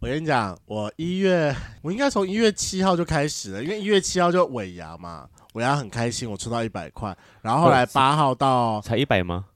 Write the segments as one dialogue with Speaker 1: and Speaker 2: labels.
Speaker 1: 我跟你讲，我一月我应该从一月七号就开始了，因为一月七号就尾牙嘛，尾牙很开心，我抽到一百块，然后后来
Speaker 2: 哦是
Speaker 1: 八号到
Speaker 2: 才一百吗？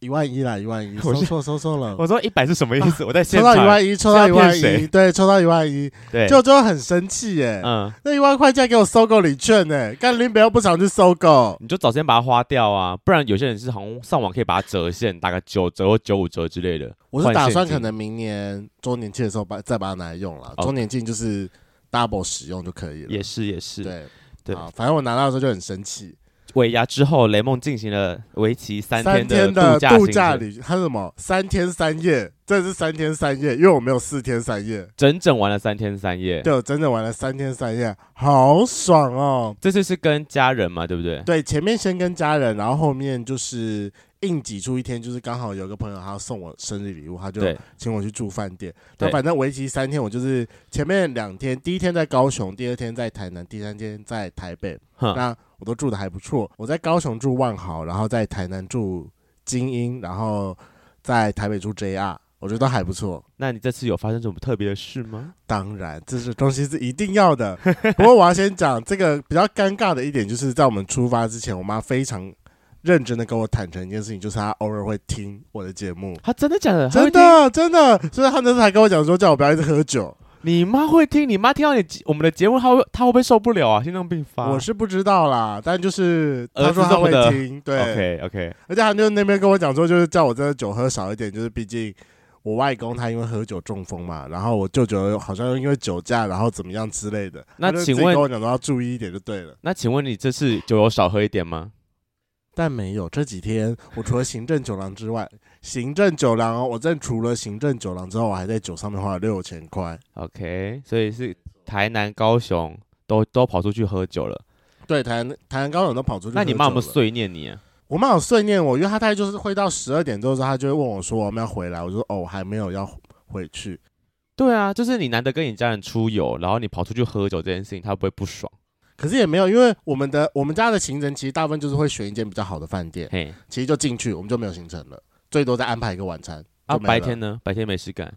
Speaker 1: 一万一啦，一万一，
Speaker 2: 我
Speaker 1: 收
Speaker 2: 是
Speaker 1: 错收错了，
Speaker 2: 我说一百是什么意思？我在现
Speaker 1: 抽到
Speaker 2: 场
Speaker 1: 一万一，抽到一万
Speaker 2: 是要骗
Speaker 1: 一，
Speaker 2: 谁
Speaker 1: 对，抽到一万一，
Speaker 2: 对，
Speaker 1: 就嗯就很生气 耶、
Speaker 2: 嗯，
Speaker 1: 那一万块钱给我搜狗礼券呢、干林北又不常去搜狗，
Speaker 2: 你就早先把它花掉啊，不然有些人是好像上网可以把它折现，打个九折或九五折之类的。
Speaker 1: 我是打
Speaker 2: 换现
Speaker 1: 算
Speaker 2: 金
Speaker 1: 可能明年周年庆的时候把再把它拿来用了，
Speaker 2: OK
Speaker 1: 周年庆就是 double 使用就可以了，
Speaker 2: 也是也是，
Speaker 1: 对
Speaker 2: 对
Speaker 1: 好反正我拿到的时候就很生气。
Speaker 2: 尾牙之后，雷梦进行了为期三
Speaker 1: 三
Speaker 2: 的
Speaker 1: 的
Speaker 2: 假
Speaker 1: 度
Speaker 2: 行
Speaker 1: 假
Speaker 2: 程，
Speaker 1: 旅，它是什么？三天三夜，这是三天三夜，因为我没有四天三夜，
Speaker 2: 整整玩了三天三夜。
Speaker 1: 对我整整玩了三天三夜，好爽哦！
Speaker 2: 这次是跟家人嘛，对不对？
Speaker 1: 对，前面先跟家人，然后后面就是硬挤出一天，就是刚好有个朋友他要送我生日礼物，他就
Speaker 2: 对
Speaker 1: 请我去住饭店。那
Speaker 2: 对
Speaker 1: 反正为期三天，我就是前面两天，第一天在高雄，第二天在台南，第三天在台北。
Speaker 2: 哼
Speaker 1: 那我都住的还不错，我在高雄住万豪，然后在台南住精英，然后在台北住 JR，我觉得都还不错。
Speaker 2: 那你这次有发生什么特别的事吗？
Speaker 1: 当然，这是东西是一定要 的。不过我要先讲这个比较尴尬的一点，就是在我们出发之前，我妈非常认真的跟我坦诚一件事情，就是她偶尔会听我的节目，
Speaker 2: 他啊真的假的？她
Speaker 1: 真
Speaker 2: 会听？
Speaker 1: 的真的，所以她那时候还跟我讲说，叫我不要一直喝酒。
Speaker 2: 你妈会听？你妈听到你我们的节目，她会她会不会受不了啊？心脏病发？
Speaker 1: 我是不知道啦，但就是她说
Speaker 2: 儿子
Speaker 1: 她
Speaker 2: 这么
Speaker 1: 会
Speaker 2: 的
Speaker 1: 听，对
Speaker 2: OK OK，
Speaker 1: 而且她就那边跟我讲说，就是叫我真的酒喝少一点，就是毕竟。我外公他因为喝酒中风嘛，然后我舅舅好像因为酒驾，然后怎么样之类的。
Speaker 2: 那
Speaker 1: 她就自己
Speaker 2: 请问
Speaker 1: 跟我讲说要注意一点就对了。
Speaker 2: 那请问你这次酒有少喝一点吗？
Speaker 1: 但没有，这几天我除了行政酒廊之外，行政酒廊哦，我正除了行政酒廊之后，我还在酒上面花了六千块。
Speaker 2: OK，所以是台南、高雄都都跑出去喝酒了。
Speaker 1: 对，台南台南高手都跑出去。
Speaker 2: 那你妈有没有？碎念你、啊？
Speaker 1: 我妈有碎念我，因为她大概就是会到十二点之后，她就会问我说我们要回来，我就说哦，我还没有要回去。
Speaker 2: 对啊，就是你难得跟你家人出游，然后你跑出去喝酒这件事情，她会不会不爽？
Speaker 1: 可是也没有，因为我们的我们家的行程其实大部分就是会选一间比较好的饭店，
Speaker 2: 嘿，
Speaker 1: 其实就进去我们就没有行程了，最多再安排一个晚餐。
Speaker 2: 啊，
Speaker 1: 就没了
Speaker 2: 白天呢？白天没事干。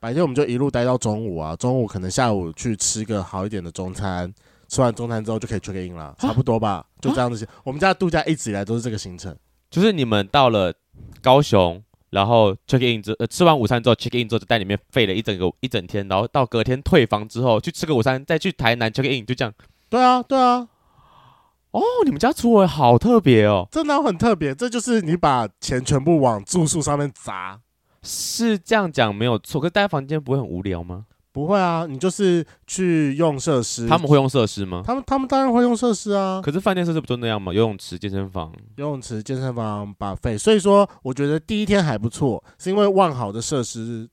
Speaker 1: 白天我们就一路待到中午啊，中午可能下午去吃个好一点的中餐，吃完中餐之后就可以 check in
Speaker 2: 啊
Speaker 1: 了，差不多吧，就这样子。我们家度假一直以来都是这个行程，
Speaker 2: 就是你们到了高雄，然后 check in 之呃吃完午餐之后 check in 之后，就在里面废了一整个一整天，然后到隔天退房之后去吃个午餐，再去台南 check in，就这样。
Speaker 1: 对啊，对啊，
Speaker 2: 哦，你们家出游好特别哦，
Speaker 1: 这哪有很特别？这就是你把钱全部往住宿上面砸，
Speaker 2: 是这样讲没有错。可是待在房间不会很无聊吗？
Speaker 1: 不会啊，你就是去用设施。
Speaker 2: 他们会用设施吗？
Speaker 1: 他们他们当然会用设施啊，
Speaker 2: 可是饭店设施不就那样吗？游泳池、健身房。
Speaker 1: 游泳池、健身房、把费。所以说，我觉得第一天还不错，是因为万豪的设施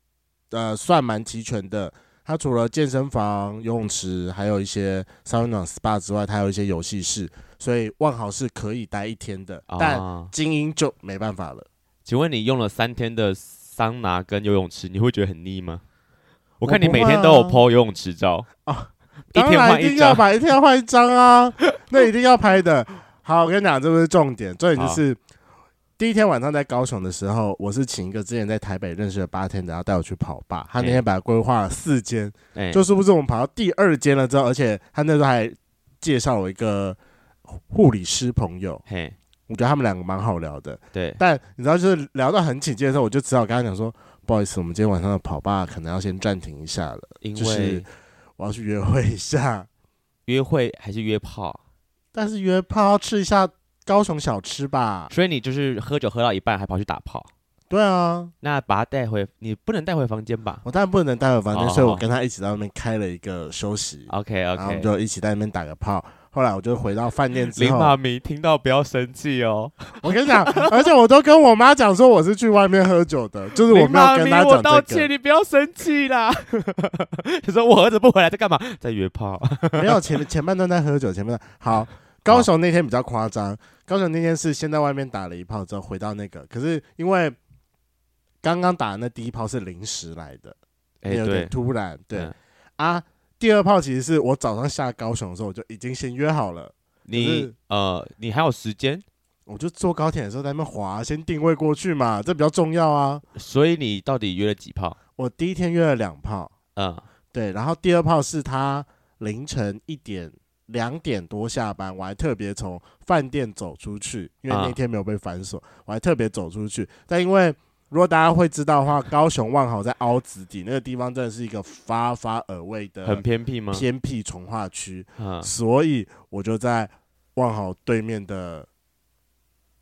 Speaker 1: 呃算蛮齐全的。它除了健身房、游泳池，还有一些三温暖 SPA 之外，它还有一些游戏室，所以万豪是可以待一天的。但
Speaker 2: 啊，
Speaker 1: 精英就没办法了。
Speaker 2: 请问你用了三天的桑拿跟游泳池，你会觉得很腻吗？我看你
Speaker 1: 我不会
Speaker 2: 每
Speaker 1: 啊
Speaker 2: 天都有 PO 游泳池照
Speaker 1: 啊，
Speaker 2: 一
Speaker 1: 当
Speaker 2: 天
Speaker 1: 然
Speaker 2: 换
Speaker 1: 一
Speaker 2: 一
Speaker 1: 定要
Speaker 2: 张。
Speaker 1: 吧，一定要换一张啊， 那一定要拍的。好，我跟你讲，这不是重点，重点就是第一天晚上在高雄的时候，我是请一个之前在台北认识的八天的，然后带我去跑吧。他那天把它规划了四间，
Speaker 2: 哎
Speaker 1: 就是不是我们跑到第二间了之后，而且他那时候还介绍我一个护理师朋友，
Speaker 2: 嘿，
Speaker 1: 我觉得他们两个蛮好聊的。
Speaker 2: 对，
Speaker 1: 但你知道，就是聊到很起劲的时候，我就只好跟他讲说，不好意思，我们今天晚上的跑吧可能要先暂停一下了，
Speaker 2: 因
Speaker 1: 就
Speaker 2: 为
Speaker 1: 是我要去约会一下。
Speaker 2: 约会还是约炮，
Speaker 1: 但是约炮要吃一下高雄小吃吧？
Speaker 2: 啊所以你就是喝酒喝到一半还跑去打炮，
Speaker 1: 对啊，
Speaker 2: 那把他带回，你不能带回房间吧
Speaker 1: 我当然不能待会房间，
Speaker 2: 哦
Speaker 1: 所以我跟他一起在外面开了一个休息，
Speaker 2: ？OK
Speaker 1: 然后我们
Speaker 2: 哦 OK。
Speaker 1: 就一起在那边打个炮。后来我就回到饭店之
Speaker 2: 林
Speaker 1: 后，
Speaker 2: 妈咪听到不要生气哦，
Speaker 1: 我跟你讲，而且我都跟我妈讲说我是去外面喝酒的，就是我
Speaker 2: 林
Speaker 1: 没有
Speaker 2: 妈
Speaker 1: 跟
Speaker 2: 咪，
Speaker 1: 她
Speaker 2: 我道
Speaker 1: 讲这
Speaker 2: 歉，
Speaker 1: 个，
Speaker 2: 你不要生气啦。 你说我儿子不回来在干嘛？在约炮。
Speaker 1: 没有前前半段在喝酒，前半段好。高雄那天比较夸张，高雄那天是先在外面打了一炮之后回到那个，可是因为刚刚打的那第一炮是临时来的，
Speaker 2: 哎，
Speaker 1: 有点
Speaker 2: 对
Speaker 1: 突然，对，
Speaker 2: 嗯
Speaker 1: 啊，第二炮其实是我早上下高雄的时候，我就已经先约好了，
Speaker 2: 你呃，你还有时间，
Speaker 1: 我就坐高铁的时候在那边滑，先定位过去嘛，这比较重要啊。
Speaker 2: 所以你到底约了几炮？
Speaker 1: 我第一天约了两炮，
Speaker 2: 嗯，
Speaker 1: 对，然后第二泡是他凌晨一点、两点多下班，我还特别从饭店走出去，因为
Speaker 2: 啊
Speaker 1: 那天没有被反锁，我还特别走出去。但因为如果大家会知道的话，高雄万豪在凹子底那个地方真的是一个发发而为
Speaker 2: 很
Speaker 1: 的
Speaker 2: 偏僻吗？
Speaker 1: 呃偏僻从化区，
Speaker 2: 嗯，
Speaker 1: 所以我就在万豪对面的。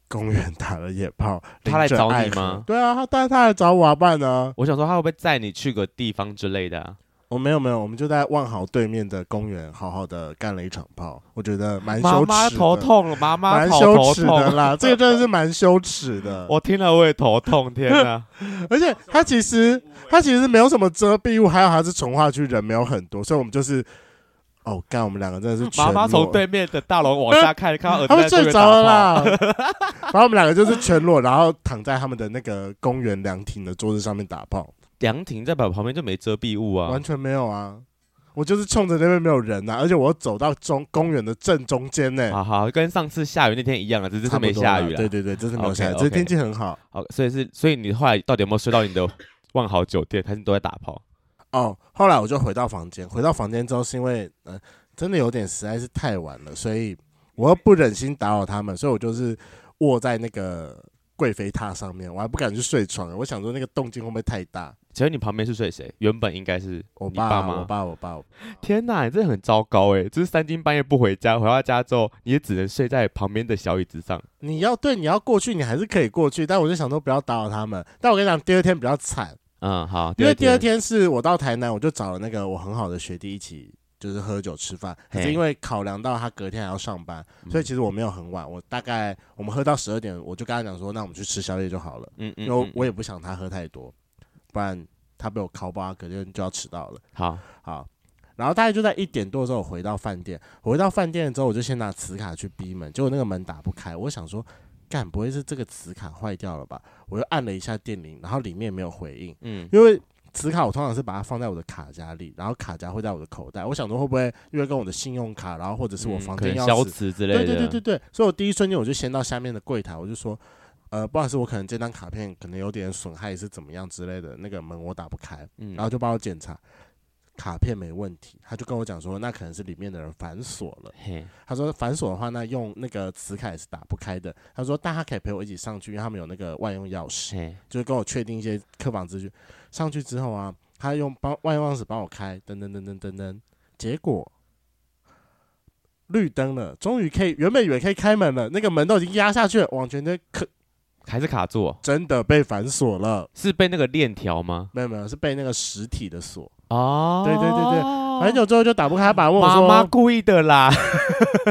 Speaker 1: 公园打了野炮，
Speaker 2: 他来
Speaker 1: 凌晨
Speaker 2: 找你
Speaker 1: 爱河
Speaker 2: 吗
Speaker 1: 对啊，他但是他来找我啊，不然呢？
Speaker 2: 我想说他会不会载你去个地方之类的啊、
Speaker 1: 我、没有没有，我们就在万豪对面的公园好好的干了一场炮，我觉得蛮
Speaker 2: 妈
Speaker 1: 羞
Speaker 2: 妈
Speaker 1: 耻
Speaker 2: 头
Speaker 1: 的，
Speaker 2: 痛了，妈妈
Speaker 1: 蛮
Speaker 2: 头
Speaker 1: 羞
Speaker 2: 头
Speaker 1: 耻的
Speaker 2: 痛。
Speaker 1: 啦，这个真的是蛮羞耻的。
Speaker 2: 我听了我也头痛，天哪！
Speaker 1: 而且它其实它其实没有什么遮蔽物，还有它是从化区，人没有很多，所以我们就是哦，干我们两个真的是全
Speaker 2: 妈妈从
Speaker 1: 裸
Speaker 2: 对面的大楼往下看，看到儿
Speaker 1: 他们
Speaker 2: 子哦
Speaker 1: 睡
Speaker 2: 在对面
Speaker 1: 着了
Speaker 2: 打炮。
Speaker 1: 啦，然后我们两个就是全裸，然后躺在他们的那个公园凉亭的桌子上面打炮，
Speaker 2: 凉亭在旁旁边就没遮蔽物啊
Speaker 1: 完，全没有啊。我就是冲着那边没有人啊，而且我又走到中公园的正中间呢、
Speaker 2: 好好跟上次下雨那天一样啊了，只啊是这
Speaker 1: 差
Speaker 2: 次
Speaker 1: 不
Speaker 2: 没
Speaker 1: 多
Speaker 2: 下
Speaker 1: 啦
Speaker 2: 雨
Speaker 1: 对
Speaker 2: 了。
Speaker 1: 对对，这次没有
Speaker 2: OK，
Speaker 1: 下雨，这
Speaker 2: OK
Speaker 1: 次天气很好
Speaker 2: 好，所以是所以你后来到底有没有睡到你的 万豪酒店，还是你都在打炮？
Speaker 1: 哦。后来我就回到房间，回到房间之后是因为呃真的有点实在是太晚了，所以我又不忍心打扰他们，所以我就是卧在那个贵妃榻上面，我还不敢去睡床，我想说那个动静会不会太大？
Speaker 2: 请问你旁边是睡谁？原本应该是
Speaker 1: 我
Speaker 2: 你
Speaker 1: 爸
Speaker 2: 爸
Speaker 1: 啊
Speaker 2: 妈
Speaker 1: 我爸我爸，我
Speaker 2: 天哪，你真的很糟糕哎！就是三更半夜不回家，回到家之后你也只能睡在旁边的小椅子上。
Speaker 1: 你要对你要过去，你还是可以过去，但我就想说不要打扰他们。但我跟你讲，第二天比较惨，
Speaker 2: 嗯，好，
Speaker 1: 因为第二天是我到台南，我就找了那个我很好的学弟一起，就是喝酒吃饭。可是
Speaker 2: 嘿
Speaker 1: 因为考量到他隔天还要上班，
Speaker 2: 嗯
Speaker 1: 所以其实我没有很晚，我大概我们喝到十二点，我就跟他讲说，那我们去吃宵夜就好了，
Speaker 2: 嗯嗯，
Speaker 1: 因为
Speaker 2: 嗯
Speaker 1: 我也不想他喝太多，不然他被我考爆，他隔天就要迟到了。
Speaker 2: 好，
Speaker 1: 好，然后大概就在一点多的时候，我回到饭店。我回到饭店之后，我就先拿磁卡去逼门，结果那个门打不开。我想说，干不会是这个磁卡坏掉了吧？我又按了一下电铃，然后里面没有回应，
Speaker 2: 嗯，
Speaker 1: 因为。磁卡我通常是把它放在我的卡夹里，然后卡夹会在我的口袋。我想说会不会因为跟我的信用卡，然后或者是我
Speaker 2: 嗯
Speaker 1: 房
Speaker 2: 可
Speaker 1: 间
Speaker 2: 能
Speaker 1: 钥
Speaker 2: 消
Speaker 1: 匙
Speaker 2: 磁之类
Speaker 1: 对
Speaker 2: 的。
Speaker 1: 对对对对，所以我第一瞬间我就先到下面的柜台，我就说，呃，不好意思，我可能这张卡片可能有点损害是怎么样之类的，那个门我打不开，
Speaker 2: 嗯，
Speaker 1: 然后就帮我检查，卡片没问题，他就跟我讲说，那可能是里面的人反锁了。
Speaker 2: 嘿，
Speaker 1: 他说反锁的话，那用那个磁卡也是打不开的。他说，但他可以陪我一起上去，因为他们有那个外用钥匙，
Speaker 2: 嘿，
Speaker 1: 就是跟我确定一些客房资讯。上去之后啊，他用帮外用钥匙帮我开，噔噔噔噔噔噔，结果。绿灯了，终于可以，原本以为可以开门了，那个门都已经压下去了，往前推，可
Speaker 2: 还是卡住哦，
Speaker 1: 真的被反锁了，
Speaker 2: 是被那个链条吗？
Speaker 1: 没有没有，是被那个实体的锁，
Speaker 2: 哦，
Speaker 1: 对对对很，久之后就打不开，他把问我
Speaker 2: 妈
Speaker 1: 说，
Speaker 2: 妈故意的啦。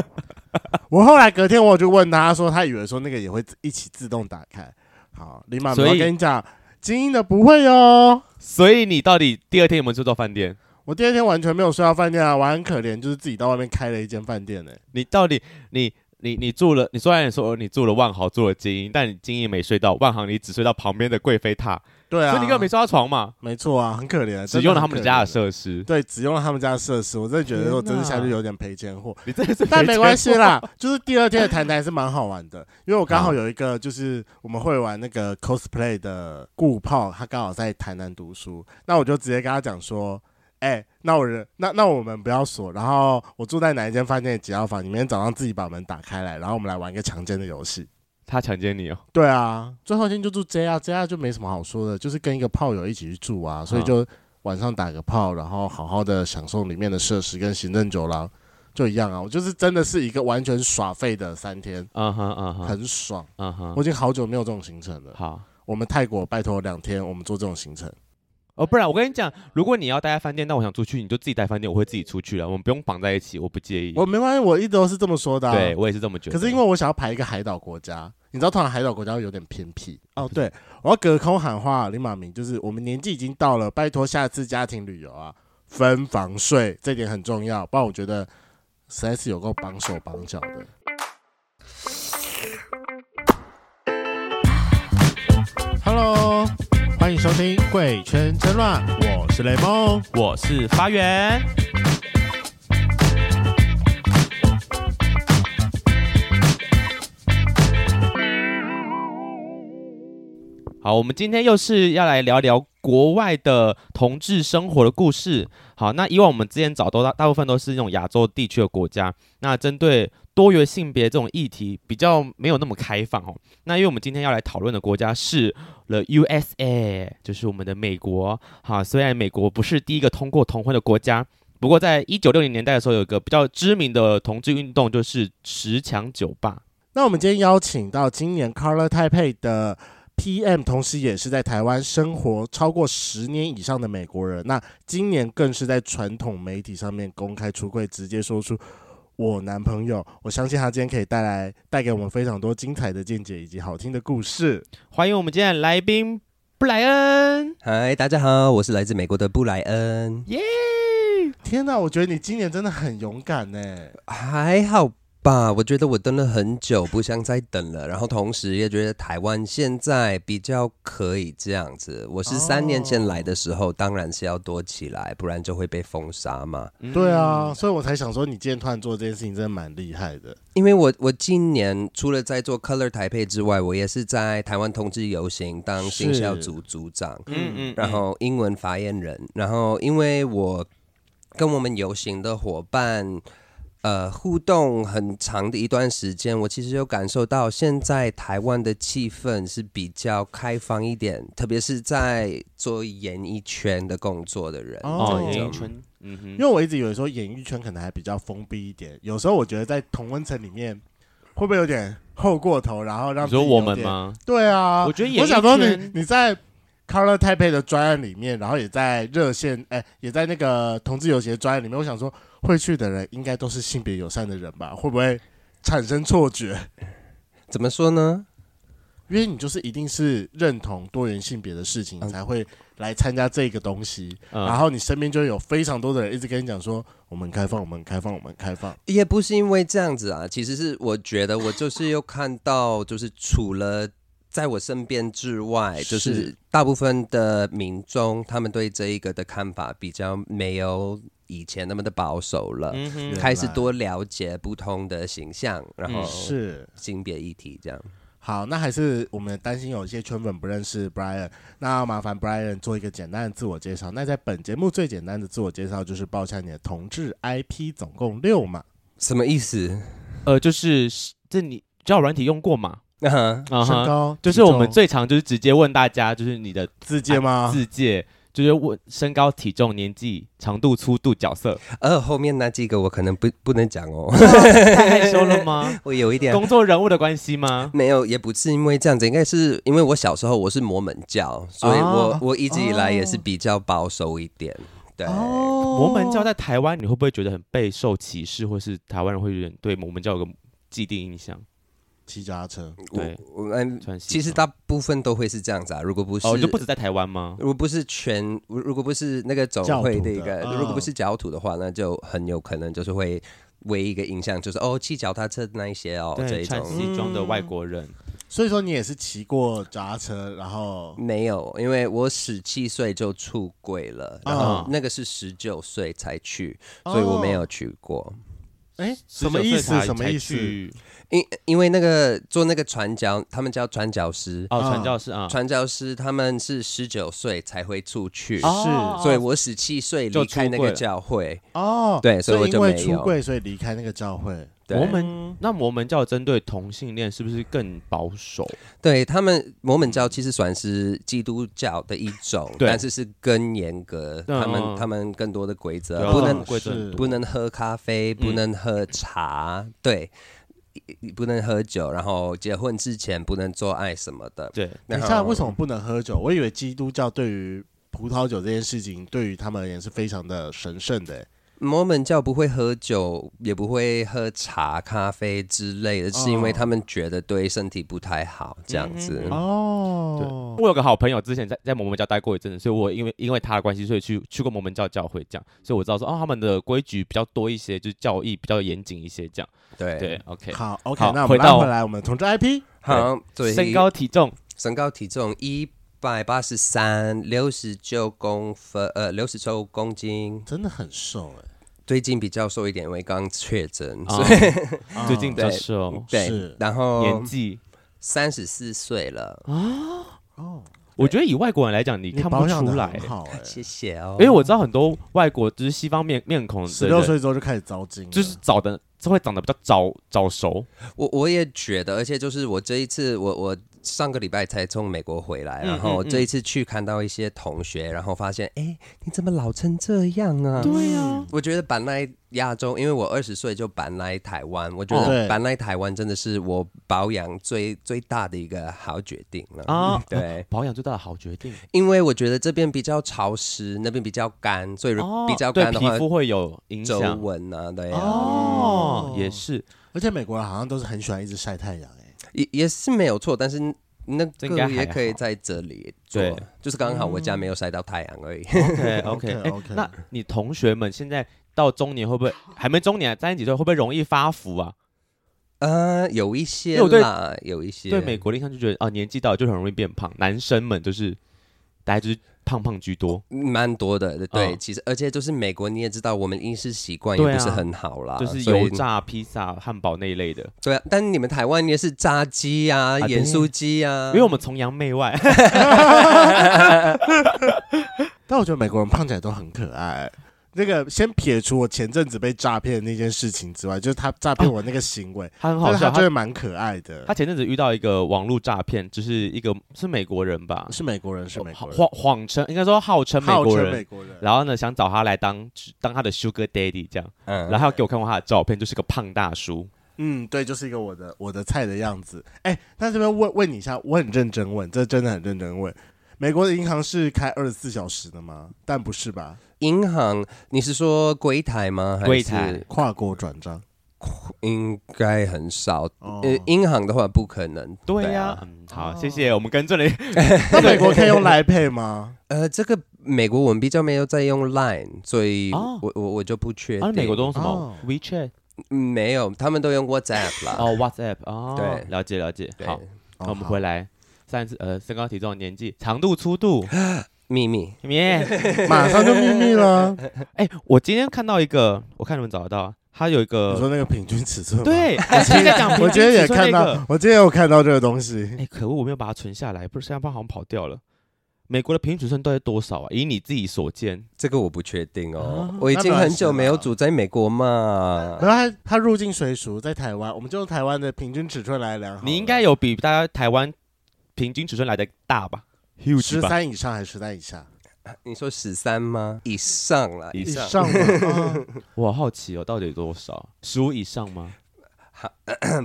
Speaker 1: 我后来隔天我就问他他说，他以为说那个也会一起自动打开。好，林妈妈，
Speaker 2: 所以
Speaker 1: 我跟你讲，精英的不会哦。
Speaker 2: 所以你到底第二天有没有住到饭店？
Speaker 1: 我第二天完全没有睡到饭店啊，我还很可怜，就是自己到外面开了一间饭店呢、
Speaker 2: 你到底你你你住了？你虽然说你住了万豪，住了精英，但你精英没睡到，万豪你只睡到旁边的贵妃榻，
Speaker 1: 对啊，
Speaker 2: 所以你根本没睡到床嘛，
Speaker 1: 没错啊，很可怜，
Speaker 2: 只用了他
Speaker 1: 真很
Speaker 2: 们
Speaker 1: 可
Speaker 2: 家的
Speaker 1: 怜。
Speaker 2: 设施。
Speaker 1: 对，只用了他们家的设施，我真的觉得我
Speaker 2: 天
Speaker 1: 真
Speaker 2: 哪
Speaker 1: 是下去有点赔钱货，
Speaker 2: 你真的是，
Speaker 1: 但没关系。 啦，就是第二天的谈谈还是蛮好玩的，因为我刚好有一个就是我们会玩那个 cosplay 的顾炮，他刚好在台南读书，那我就直接跟他讲说，哎、那我人那那我们不要锁，然后我住在哪一间饭店的几号房，你明天早上自己把门打开来，然后我们来玩一个强奸的游戏。
Speaker 2: 他强奸你哦，
Speaker 1: 对啊，最后一天就住 JR，JR 就没什么好说的，就是跟一个炮友一起去住
Speaker 2: 嗯
Speaker 1: 啊，所以就晚上打个炮，然后好好的享受里面的设施跟行政酒廊就一样啊。我就是真的是一个完全耍废的三天，
Speaker 2: 嗯哼嗯哼
Speaker 1: 很爽。
Speaker 2: 嗯哼
Speaker 1: 我，已经好久没有这种行程了。
Speaker 2: 好。
Speaker 1: 我们泰国拜托两天，我们做这种行程。
Speaker 2: 哦，不然我跟你讲，如果你要待在饭店，那我想出去，你就自己待饭店，我会自己出去了，啊我们不用绑在一起，我不介意。
Speaker 1: 我没关系，我一直都是这么说的、啊。
Speaker 2: 对我也是这么觉得。
Speaker 1: 可是因为我想要排一个海岛国家，你知道，通常海岛国家会有点偏僻 哦。对，我要隔空喊话，林马明，就是我们年纪已经到了，拜托下次家庭旅游啊，分房睡这点很重要，不然我觉得实在是有够绑手绑脚的。Hello，欢迎收听《贵圈争乱》，我是雷梦。
Speaker 2: 我是发源，好，我们今天又是要来聊聊国外的同志生活的故事。好，那以往我们之前找都大大部分都是那种亚洲地区的国家，那针对多元性别这种议题比较没有那么开放哦。那因为我们今天要来讨论的国家是 The USA，就是我们的美国。好，虽然美国不是第一个通过同婚的国家。不过，在一九六零年代的时候，有一个比较知名的同志运动，就是十强酒吧。
Speaker 1: 那我们今天邀请到今年 Color Taipei 的 PM，同时也是在台湾生活超过十年以上的美国人。那今年更是在传统媒体上面公开出柜，直接说出我男朋友。我相信他今天可以带来带给我们非常多精彩的见解以及好听的故事。
Speaker 2: 欢迎我们今天的来宾布莱恩，
Speaker 3: 嗨，大家好，我是来自美国的布莱恩，
Speaker 2: 耶、
Speaker 1: 天哪，我觉得你今年真的很勇敢呢、
Speaker 3: 还好吧？我觉得我等了很久，不想再等了。然后同时也觉得台湾现在比较可以这样子。我是三年前来的时候，当然是要多起来，不然就会被封杀嘛。
Speaker 1: 对啊，所以我才想说，你今天突然做这件事情真的蛮厉害的。
Speaker 3: 因为我我今年除了在做 Color 台配之外，我也是在台湾同志游行当行销
Speaker 1: 是
Speaker 3: 组组长。
Speaker 2: 嗯嗯，
Speaker 3: 然后英文发言人，然后因为我跟我们游行的伙伴呃互动很长的一段时间，我其实有感受到现在台湾的气氛是比较开放一点，特别是在做演艺圈的工作的人，
Speaker 1: 哦
Speaker 2: 哦，演
Speaker 3: 这
Speaker 2: 艺
Speaker 3: 种
Speaker 2: 圈，嗯哼，
Speaker 1: 因为我一直以为说演艺圈可能还比较封闭一点，有时候我觉得在同温层里面会不会有点厚过头，然后让
Speaker 2: 你说
Speaker 1: 自己有
Speaker 2: 我们
Speaker 1: 点？
Speaker 2: 吗？
Speaker 1: 对啊，
Speaker 2: 我觉得演艺
Speaker 1: 我想说你
Speaker 2: 圈
Speaker 1: 你在 Color Taipei 的专案里面，然后也在热线，哎、也在那个同志游行的专案里面，我想说会去的人应该都是性别友善的人吧？会不会产生错觉？
Speaker 3: 怎么说呢？
Speaker 1: 因为你就是一定是认同多元性别的事情，
Speaker 3: 嗯
Speaker 1: 才会来参加这个东西。
Speaker 2: 嗯
Speaker 1: 然后你身边就会有非常多的人一直跟你讲说，我们开放，我们开放，我们开放。
Speaker 3: 也不是因为这样子啊，其实是我觉得我就是又看到，就是除了在我身边之外，
Speaker 1: 是
Speaker 3: 就是大部分的民众他们对这一个的看法比较没有以前那么的保守了，
Speaker 2: 嗯
Speaker 1: 对
Speaker 2: 哼，
Speaker 3: 开始多了解不同的形象，
Speaker 2: 嗯
Speaker 3: 然后
Speaker 1: 嗯是
Speaker 3: 性别议题这样。
Speaker 1: 哦好，那还是我们担心有一些圈粉不认识 Brian，那麻烦 Brian 做一个简单的自我介绍。那在本节目最简单的自我介绍就是报一下你的同志 IP，总共六嘛。
Speaker 3: 什么意思？
Speaker 2: 呃，就是这你交友软体用过吗？
Speaker 3: 啊哈、
Speaker 2: 啊
Speaker 1: 身
Speaker 2: 哈，
Speaker 1: 高
Speaker 2: 就是我们
Speaker 1: 体
Speaker 2: 啊
Speaker 1: 重
Speaker 2: 最常就是直接问大家，就是你的
Speaker 1: 自介吗？
Speaker 2: 字界，就是问身高、体重、年纪、长度、粗度、角色，
Speaker 3: 呃，后面那几个我可能不不能讲哦，
Speaker 2: 太害羞了吗？
Speaker 3: 我有一点
Speaker 2: 工作人物的关系吗？
Speaker 3: 没有，也不是因为这样子，应该是因为我小时候我是摩门教，所以我、
Speaker 1: 哦哦
Speaker 3: 我一直以来也是比较保守一点。对，
Speaker 2: 摩门
Speaker 3: 哦
Speaker 2: 教在台湾，你会不会觉得很备受歧视，或是台湾人会有点对摩门教有个既定印象？
Speaker 1: 骑脚踏车，
Speaker 3: 我
Speaker 2: 对
Speaker 3: 我嗯，
Speaker 2: 穿西
Speaker 3: 其实
Speaker 2: 装
Speaker 3: 大部分都会是这样子啊。如果不是，
Speaker 2: 哦，就不止在台湾吗？
Speaker 3: 如果不是全，如如果不是那个总会的一
Speaker 1: 教
Speaker 3: 个，
Speaker 1: 徒的嗯
Speaker 3: 如果不是教徒的话，那就很有可能就是会唯一一个印象就是哦，骑脚踏车那一些哦，这
Speaker 2: 对，
Speaker 3: 一
Speaker 2: 穿
Speaker 3: 种。
Speaker 2: 西装的外国人，
Speaker 1: 所以说你也是骑过脚踏车，然后
Speaker 3: 没有，因为我十七岁就出柜了，然
Speaker 2: 啊
Speaker 3: 后那个是十九岁才去，
Speaker 1: 哦
Speaker 3: 所以我没有去过。
Speaker 1: 哎、什么意思？
Speaker 2: 19岁才
Speaker 1: 什么意？
Speaker 2: 才
Speaker 1: 思？
Speaker 2: 去
Speaker 3: 因因为那个做那个传教，他们叫传教师，
Speaker 2: 哦，
Speaker 1: 啊
Speaker 2: 传教士啊，
Speaker 3: 传教师他们是十九岁才会出去，
Speaker 1: 哦
Speaker 3: 所以我十七岁离开
Speaker 2: 就出
Speaker 3: 那
Speaker 2: 柜
Speaker 3: 个
Speaker 2: 了
Speaker 3: 教会。
Speaker 1: 哦，
Speaker 3: 对所以我
Speaker 1: 因
Speaker 3: 就
Speaker 1: 为
Speaker 3: 没
Speaker 1: 出
Speaker 3: 有
Speaker 1: 柜，所以离开那个教会。
Speaker 3: 对
Speaker 2: 摩门那摩门教针对同性恋是不是更保守？
Speaker 3: 对他们摩门教其实算是基督教的一种，
Speaker 2: 对
Speaker 3: 但是是更严格，
Speaker 2: 嗯
Speaker 3: 他
Speaker 2: 嗯
Speaker 3: 们他们更多的规
Speaker 2: 对
Speaker 3: 则，
Speaker 2: 啊
Speaker 3: 不
Speaker 2: 哦
Speaker 3: 能
Speaker 2: 规则
Speaker 1: 是
Speaker 3: 不能喝咖啡，不
Speaker 2: 嗯
Speaker 3: 能喝茶，对，不能喝酒，然后结婚之前不能做爱什么的。
Speaker 2: 对，
Speaker 1: 等一
Speaker 3: 然
Speaker 1: 下，
Speaker 3: 后
Speaker 1: 为什么不能喝酒？我以为基督教对于葡萄酒这件事情，对于他们而言是非常的神圣的、
Speaker 3: 摩门教不会喝酒，也不会喝茶、咖啡之类的，
Speaker 2: 哦
Speaker 3: 是因为他们觉得对身体不太好，这样
Speaker 2: 嗯
Speaker 3: 子。
Speaker 1: 哦，
Speaker 2: 我有个好朋友之前在在摩门教待过一阵子，所以我因为因为他的关系，所以去去过摩门教教会这样，所以我知道说哦，他们的规矩比较多一些，就是教义比较严谨一些这样。
Speaker 3: 对
Speaker 2: 对，OK，
Speaker 1: 好，OK，
Speaker 2: 好
Speaker 1: 那我们
Speaker 2: 回到
Speaker 1: 拉回来，我们同志 IP
Speaker 3: 好，对
Speaker 2: 身高体重
Speaker 3: 身高体重一百八十三，六十九公分，呃，六十九公斤。
Speaker 1: 真的很瘦欸
Speaker 3: 最近比较瘦一点，因为刚确诊，
Speaker 2: 啊
Speaker 3: 所以、
Speaker 1: 哎、啊
Speaker 2: 最近比较瘦，
Speaker 3: 嗯对
Speaker 1: 是。
Speaker 3: 然后
Speaker 2: 年纪
Speaker 3: 三十四岁了，
Speaker 1: 哦，
Speaker 2: 我觉得以外国人来讲，你
Speaker 1: 你
Speaker 2: 看
Speaker 1: 保
Speaker 2: 不
Speaker 1: 养
Speaker 2: 出
Speaker 1: 的
Speaker 2: 来
Speaker 1: 很，好哎、
Speaker 3: 谢谢哦。
Speaker 2: 因为我知道很多外国就是西方面面孔
Speaker 1: 十
Speaker 2: 的
Speaker 1: 六
Speaker 2: 人，
Speaker 1: 岁之后就开始糟精了，
Speaker 2: 就是长得就会长得比较早早熟，
Speaker 3: 我我也觉得，而且就是我这一次，我我上个礼拜才从美国回来，
Speaker 2: 嗯
Speaker 3: 然后
Speaker 2: 嗯嗯
Speaker 3: 这一次去看到一些同学，然后发现，哎、你怎么老成这样啊？
Speaker 2: 对
Speaker 1: 嗯
Speaker 2: 啊，
Speaker 3: 我觉得搬来亚洲，因为我二十岁就搬来台湾，我觉
Speaker 1: 哦对
Speaker 3: 得搬来台湾真的是我保养最最大的一个好决定了
Speaker 2: 啊
Speaker 3: 对，
Speaker 2: 保养最大的好决定
Speaker 3: 因为我觉得这边比较潮湿，那边比较干，所以如
Speaker 2: 哦，
Speaker 3: 比较
Speaker 2: 对
Speaker 3: 干的
Speaker 2: 皮
Speaker 3: 话，
Speaker 2: 肤会有影
Speaker 3: 皱
Speaker 2: 响
Speaker 3: 纹啊，对啊，
Speaker 2: 哦
Speaker 1: 哦，
Speaker 2: 也是，
Speaker 1: 而且美国人好像都是很喜欢一直晒太阳哎、
Speaker 3: 也也是没有错，但是那
Speaker 2: 这应该
Speaker 3: 个
Speaker 2: 还
Speaker 3: 也可以
Speaker 2: 好
Speaker 3: 在这里做
Speaker 2: 对，
Speaker 3: 就是刚好我家没有晒到太阳 而已。
Speaker 2: OK OK，哎
Speaker 1: OK，OK
Speaker 2: 那你同学们现在到中年会不会还没中年，三十几岁会不会容易发福啊？
Speaker 3: 呃，有一些
Speaker 2: 因为我对
Speaker 3: 啦，有一些
Speaker 2: 对美国的印象就觉得啊，年纪到了就很容易变胖，男生们就是大家就是胖胖居多，
Speaker 3: 蛮多的，对，
Speaker 2: 嗯
Speaker 3: 其实而且就是美国你也知道，我们饮食习惯也
Speaker 2: 对啊
Speaker 3: 不是很好啦，
Speaker 2: 就是
Speaker 3: 所以
Speaker 2: 油炸、披萨、汉堡那一类的。
Speaker 3: 对啊，但你们台湾也是炸鸡啊、
Speaker 2: 对
Speaker 3: 盐酥鸡啊，
Speaker 2: 因为我们崇洋媚外，
Speaker 1: 但我觉得美国人胖起来都很可爱。那个先撇除我前阵子被诈骗的那件事情之外，就是他诈骗我那个行为，
Speaker 2: 他很
Speaker 1: 但
Speaker 2: 好
Speaker 1: 是他
Speaker 2: 笑。
Speaker 1: 就
Speaker 2: 他
Speaker 1: 会蛮可爱的。
Speaker 2: 他前阵子遇到一个网络诈骗，就是一个是美国人吧，
Speaker 1: 是美国人，是美国人，
Speaker 2: 谎谎称应该说哦号称美
Speaker 1: 号
Speaker 2: 国
Speaker 1: 称
Speaker 2: 人
Speaker 1: 美，国人，
Speaker 2: 然后呢想找他来当当他的 Sugar Daddy 这样，
Speaker 3: 嗯
Speaker 2: 然后他给我看过他的照片，就是个胖大叔。
Speaker 1: 嗯，对，就是一个我的我的菜的样子。哎，那这边问问你一下，我很认真问，这真的很认真问。美国的银行是开二十四小时的吗？但不是吧？
Speaker 3: 银行，你是说柜台吗？还是
Speaker 2: 柜台
Speaker 1: 跨国转账
Speaker 3: 应该很少，
Speaker 1: 哦
Speaker 3: 呃，银行的话不可能。
Speaker 2: 对呀、
Speaker 3: 啊，
Speaker 2: 嗯，好，谢谢，我们跟 这里
Speaker 1: 那美国可以用来配吗？
Speaker 3: 呃，这个美国我们比较没有在用 Line，所以
Speaker 2: 哦
Speaker 3: 我我我就不确
Speaker 2: 啊，
Speaker 3: 定。
Speaker 2: 美国都用什么
Speaker 1: 哦
Speaker 2: WeChat
Speaker 3: 嗯没有，他们都用 WhatsApp 啦。
Speaker 2: 哦，WhatsApp 哦，
Speaker 3: 对
Speaker 2: 了解了解。
Speaker 3: 对，
Speaker 2: 好，那我们
Speaker 1: 哦
Speaker 2: 回来，三十呃，身高体重年纪长度 粗度，
Speaker 3: 秘密
Speaker 2: 耶！
Speaker 1: 好马上就秘密 了。
Speaker 2: 哎，我今天看到一个，我看你们找得到，它有一
Speaker 1: 你
Speaker 2: 个
Speaker 1: 说那个平均尺寸吗？
Speaker 2: 呃 对，哎现在讲平均
Speaker 1: 我今天也
Speaker 2: 尺寸
Speaker 1: 看
Speaker 2: 那
Speaker 1: 到
Speaker 2: 个，，
Speaker 1: 我今天有看到这个东西。
Speaker 2: 哎，可恶，我没有把它存下来，不是现在怕好像跑掉了。美国的平均尺寸到底多少啊？以你自己所见，
Speaker 3: 这个我不确定哦
Speaker 1: 啊，
Speaker 3: 我已经很久没有
Speaker 1: 那当然是啦
Speaker 3: 住在美国
Speaker 2: 啊
Speaker 3: 嘛。
Speaker 1: 然后他他入境随俗，在台湾，我们就用台湾的平均尺寸来量好了。
Speaker 2: 你应该有比大家台湾平均尺寸来的大吧
Speaker 1: 十
Speaker 2: ？huge 吧？
Speaker 1: 三以上还是十三以下？
Speaker 3: 你说十三吗？以上啦，
Speaker 2: 以
Speaker 3: 以
Speaker 1: 以
Speaker 3: 上。
Speaker 1: 上 吗？哦
Speaker 2: 我好奇哦，到底有多少？十五以上吗？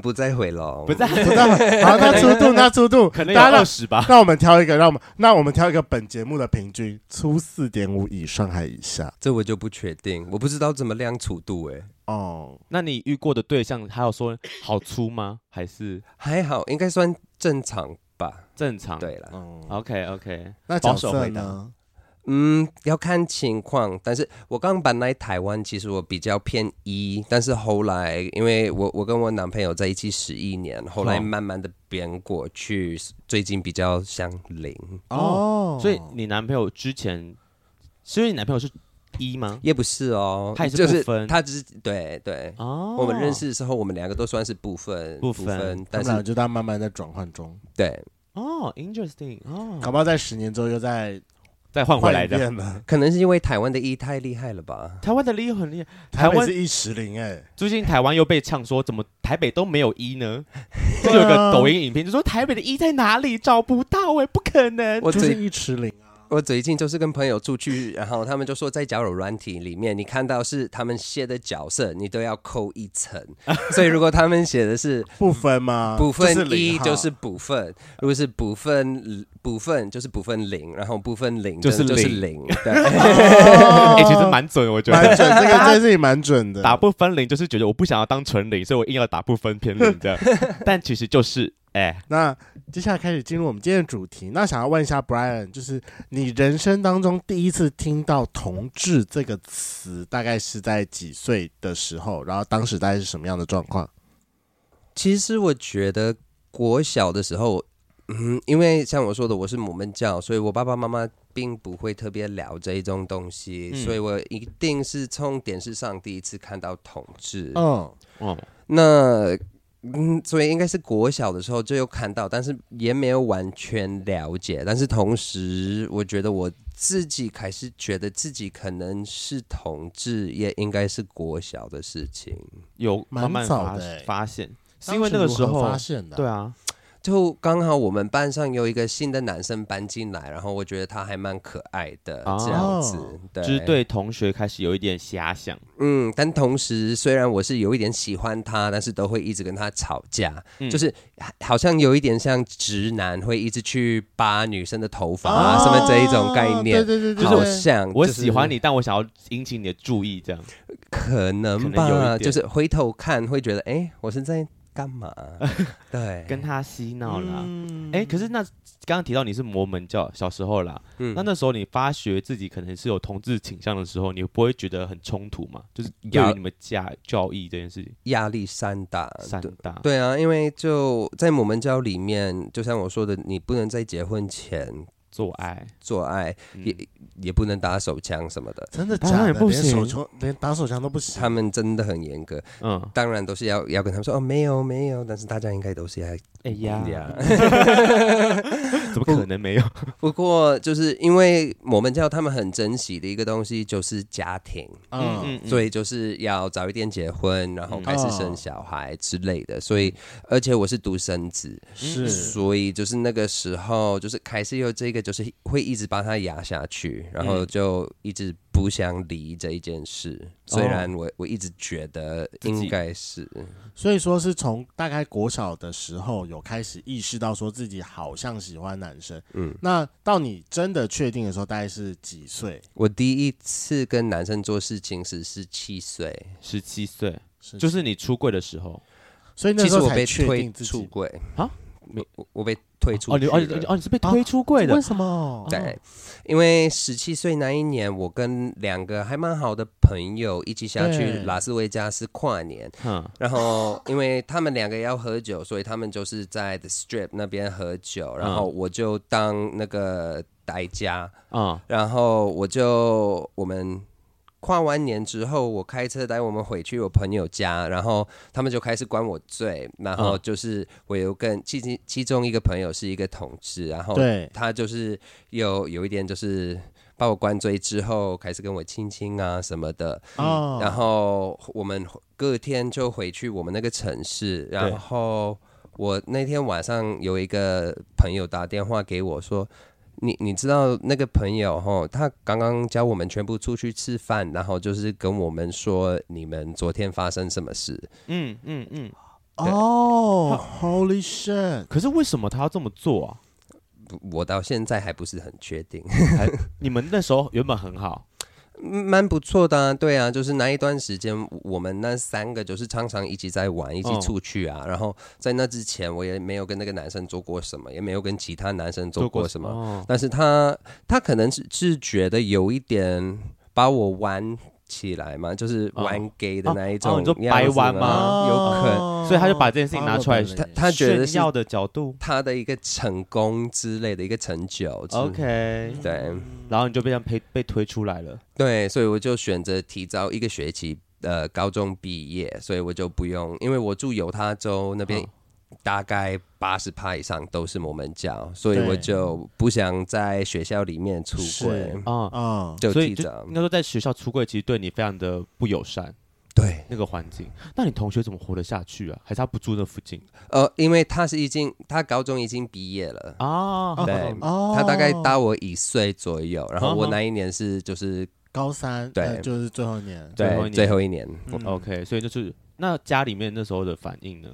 Speaker 3: 不再回笼，
Speaker 2: 不在，
Speaker 1: 不大好，那粗度，那粗度，
Speaker 2: 可能有
Speaker 1: 大家
Speaker 2: 二
Speaker 1: 那
Speaker 2: 十吧。
Speaker 1: 那我们挑一个，让我们那我们挑一个本节目的平均粗四点五以上还以下
Speaker 3: 这我就不确定，我不知道怎么量粗度哎、
Speaker 1: 哦。
Speaker 2: 那你遇过的对象，他有说好粗吗？还是
Speaker 3: 还好，应该算正常吧。
Speaker 2: 正常？
Speaker 3: 对了，
Speaker 1: 哦，
Speaker 2: ，OK OK，
Speaker 1: 那
Speaker 2: 保
Speaker 1: 角
Speaker 2: 守
Speaker 1: 色
Speaker 2: 回答
Speaker 1: 呢？
Speaker 3: 嗯，要看情况。但是我刚搬来台湾，其实我比较偏一，但是后来因为我我跟我男朋友在一起十一年，后来
Speaker 2: 哦
Speaker 3: 慢慢的变过去，最近比较像零，
Speaker 1: 哦，
Speaker 2: 所以你男朋友之前，所以你男朋友是一吗？
Speaker 3: 也不是哦，
Speaker 2: 他也是
Speaker 3: 就
Speaker 2: 不分
Speaker 3: 是他只是对对。
Speaker 2: 哦，
Speaker 3: 我们认识的时候，我们两个都算是部分
Speaker 2: 部分
Speaker 1: 他
Speaker 3: 但
Speaker 1: 们俩
Speaker 3: 是
Speaker 1: 就在慢慢在转换中，
Speaker 3: 对，
Speaker 2: 哦，interesting 哦，
Speaker 3: 嗯
Speaker 1: 搞不好在十年之后又再
Speaker 2: 再换回
Speaker 1: 换
Speaker 2: 来
Speaker 1: 一
Speaker 2: 的。
Speaker 1: 遍了。
Speaker 3: 可能是因为台湾的一太厉害了吧？
Speaker 2: 台湾的一很厉害，
Speaker 1: 台
Speaker 2: 台
Speaker 1: 北
Speaker 2: 湾
Speaker 1: 是一十零哎，
Speaker 2: 最近台湾又被呛说，怎么台北都没有一呢？就有个抖音影片就说台北的一在哪里找不到哎、不可能。
Speaker 3: 我
Speaker 1: 就是
Speaker 3: 最
Speaker 1: 一十零啊。
Speaker 3: 我最近就是跟朋友出去，然后他们就说，在交友软体里面，你看到是他们写的角色，你都要扣一层。所以如果他们写的是
Speaker 1: 不分吗？
Speaker 3: 补
Speaker 1: 就
Speaker 3: 分
Speaker 1: 啊是
Speaker 3: 一，
Speaker 1: 零号
Speaker 3: 就是补分；如果是补分补分，就是补分零，然后补分零
Speaker 2: 就是
Speaker 3: 就是零。对，
Speaker 2: 哎、其实蛮准的，我觉
Speaker 1: 哦蛮
Speaker 2: 得。
Speaker 1: 准，这个这事情蛮准 的。
Speaker 2: 打不分零就是觉得我不想要当纯零，所以我硬要打不分偏零这样，但其实就是哎、
Speaker 1: 那接下来开始进入我们今天的主题。那想要问一下 Brian，就是你人生当中第一次听到“同志”这个词，大概是在几岁的时候？然后当时大概是什么样的状况？
Speaker 3: 其实我觉得国小的时候，嗯，因为像我说的，我是母门教，所以我爸爸妈妈并不会特别聊这一种东西，
Speaker 2: 嗯
Speaker 3: 所以我一定是从电视上第一次看到同志。
Speaker 1: 嗯，
Speaker 2: 哦，
Speaker 3: 那嗯，所以应该是国小的时候就有看到，但是也没有完全了解。但是同时，我觉得我自己开始觉得自己可能是同志，也应该是国小的事情。
Speaker 2: 有
Speaker 1: 蛮
Speaker 2: 慢慢
Speaker 1: 早
Speaker 2: 发
Speaker 1: 的欸
Speaker 2: 发现，是因为那个
Speaker 1: 当
Speaker 2: 时
Speaker 1: 初如何
Speaker 2: 候
Speaker 1: 发，现的、
Speaker 2: 对，啊，
Speaker 3: 就刚好我们班上有一个新的男生搬进来，然后我觉得他还蛮可爱的，
Speaker 2: 哦
Speaker 3: 这样子，对，
Speaker 2: 就是对同学开始有一点遐想，
Speaker 3: 嗯，但同时虽然我是有一点喜欢他，但是都会一直跟他吵架，
Speaker 2: 嗯
Speaker 3: 就是好像有一点像直男会一直去扒女生的头发啊、
Speaker 1: 啊，
Speaker 3: 什么这一种概
Speaker 1: 对
Speaker 3: 念。
Speaker 1: 对对对，
Speaker 3: 好
Speaker 1: 对
Speaker 3: 像
Speaker 2: 我
Speaker 3: 就是
Speaker 2: 喜欢你，但我想要引起你的注意，这样。
Speaker 3: 可能
Speaker 2: 可能有
Speaker 3: 吧，
Speaker 2: 一点
Speaker 3: 就是回头看会觉得，哎、我是在 干嘛？对，
Speaker 2: 跟他嬉闹啦。
Speaker 1: 嗯
Speaker 2: 哎、可是那刚刚提到你是摩门教，小时候啦，
Speaker 3: 嗯
Speaker 2: 那那时候你发觉自己可能是有同志倾向的时候，你不会觉得很冲突吗？就是对
Speaker 3: 呀
Speaker 2: 于你们家教义这件事情，
Speaker 3: 压力山大，
Speaker 2: 三
Speaker 3: 对
Speaker 2: 大
Speaker 3: 对啊，因为就在摩门教里面，就像我说的，你不能在结婚前
Speaker 2: 做爱，
Speaker 3: 做爱，
Speaker 2: 嗯
Speaker 3: 也也不能打手枪什么的，
Speaker 1: 真的
Speaker 2: 当
Speaker 1: 假
Speaker 2: 然
Speaker 1: 的？
Speaker 2: 不
Speaker 1: 连
Speaker 2: 行
Speaker 1: 手球连打手枪都不行
Speaker 3: 他，们真的很严格。
Speaker 2: 嗯，
Speaker 3: 当然都是要要跟他们说哦，没有没有，但是大家应该都是要
Speaker 2: 哎呀，
Speaker 3: 呀。
Speaker 2: 怎么可能没有？
Speaker 3: 不过就是因为我们教他们很珍惜的一个东西就是家庭，
Speaker 1: 嗯嗯，
Speaker 3: 所
Speaker 2: 以
Speaker 3: 以就是要早一点结婚，然后
Speaker 2: 嗯
Speaker 3: 开始
Speaker 1: 哦
Speaker 3: 生小孩之类的。所以而且我是独生子，
Speaker 1: 嗯是
Speaker 3: 所以就是那个时候就是开始有这个，就是会一直把它压下去，然后
Speaker 2: 嗯
Speaker 3: 就一直不想离这一件事。虽然我我一直觉得
Speaker 2: 哦自己
Speaker 3: 应该是
Speaker 1: 所以说是从大概国小的时候有开始意识到说自己好像喜欢男生，
Speaker 3: 嗯。
Speaker 1: 那到你真的确定的时候，大概是几岁？
Speaker 3: 我第一次跟男生做事情时是七岁，
Speaker 2: 十七岁
Speaker 1: 是
Speaker 2: 就是你出柜的时候
Speaker 1: 所以那
Speaker 3: 其
Speaker 1: 时
Speaker 3: 实
Speaker 1: 候
Speaker 3: 我
Speaker 1: 才
Speaker 3: 被
Speaker 1: 确
Speaker 3: 推
Speaker 1: 定自
Speaker 3: 出
Speaker 1: 己
Speaker 3: 柜
Speaker 2: 啊，
Speaker 3: 我我我被推出啊
Speaker 2: 哦，你
Speaker 3: 去
Speaker 2: 哦你
Speaker 3: 了
Speaker 2: 哦你是被推出柜的
Speaker 1: 为，什么？
Speaker 3: 对，因为十七岁那一年，我跟两个还蛮好的朋友一起下去
Speaker 1: 对
Speaker 3: 拉斯维加斯跨年，
Speaker 2: 嗯
Speaker 3: 然后因为他们两个要喝酒，所以他们就是在 The Strip 那边喝酒，然
Speaker 1: 嗯
Speaker 3: 后我就当那个代驾，
Speaker 2: 嗯，
Speaker 3: 然后我就我们。跨完年之后，我开车带我们回去我朋友家，然后他们就开始管我罪，然后
Speaker 2: 嗯
Speaker 3: 就是我有跟其其其中一个朋友是一个同志，然后
Speaker 1: 对，
Speaker 3: 他就是有有一点就是把我灌醉之后，开始跟我亲亲啊什么的，
Speaker 1: 哦，
Speaker 3: 然后我们隔天就回去我们那个城市，然后我那天晚上有一个朋友打电话给我说。你你知道那个朋友吼，他刚刚叫我们全部出去吃饭，然后就是跟我们说你们昨天发生什么事。
Speaker 2: 嗯嗯嗯。
Speaker 1: 哦，Holy shit！
Speaker 2: 可是为什么他要这么做啊？
Speaker 3: 我到现在还不是很确定。
Speaker 2: 你们那时候原本很好，
Speaker 3: 嗯蛮不错的啊，对啊，就是那一段时间，我们那三个就是常常一起在玩，一
Speaker 2: 哦
Speaker 3: 起出去啊。然后在那之前，我也没有跟那个男生做过什么，也没有跟其他男生做过什么。
Speaker 2: 哦
Speaker 3: 但是他他可能是是觉得有一点把我玩起来嘛，就是玩 gay 的那一种
Speaker 2: 哦
Speaker 3: 样
Speaker 2: 你
Speaker 3: 子
Speaker 2: 说白
Speaker 3: 嘛、
Speaker 2: 玩吗
Speaker 3: 啊有可能。
Speaker 1: 哦
Speaker 2: 所以他就把这件事情拿出来
Speaker 3: 他他觉得是
Speaker 2: 炫耀的角度
Speaker 3: 他的一个成功之类的一个成就之
Speaker 2: ，OK，
Speaker 3: 嗯对
Speaker 2: 然后你就被这样被被推出来了。
Speaker 3: 对，所以我就选择提早一个学期，呃，高中毕业，所以我就不用，因为我住犹他州那边
Speaker 2: 嗯，
Speaker 3: 大概八十趴以上都是摩门教，所以我
Speaker 1: 对
Speaker 3: 就不想在学校里面出轨
Speaker 1: 是，
Speaker 2: 啊、
Speaker 1: 啊，
Speaker 3: 就
Speaker 2: 所
Speaker 3: 提
Speaker 2: 以就
Speaker 3: 早
Speaker 2: 应该说在学校出柜，其实对你非常的不友善
Speaker 3: 对，
Speaker 2: 那个环境。那你同学怎么活得下去啊？还是他不住那附近
Speaker 3: 呃，因为他是已经他高中已经毕业了。
Speaker 2: 啊？
Speaker 3: 对
Speaker 1: 哦，
Speaker 3: 嗯他大概大我一岁左右，然后我
Speaker 2: 嗯哼
Speaker 3: 那一年是就是
Speaker 1: 高三，
Speaker 3: 对
Speaker 1: 呃就是最后一年，
Speaker 2: 最后一
Speaker 3: 对
Speaker 2: 年
Speaker 3: 最后一年，
Speaker 1: 嗯
Speaker 2: OK，所以就是那家里面那时候的反应呢？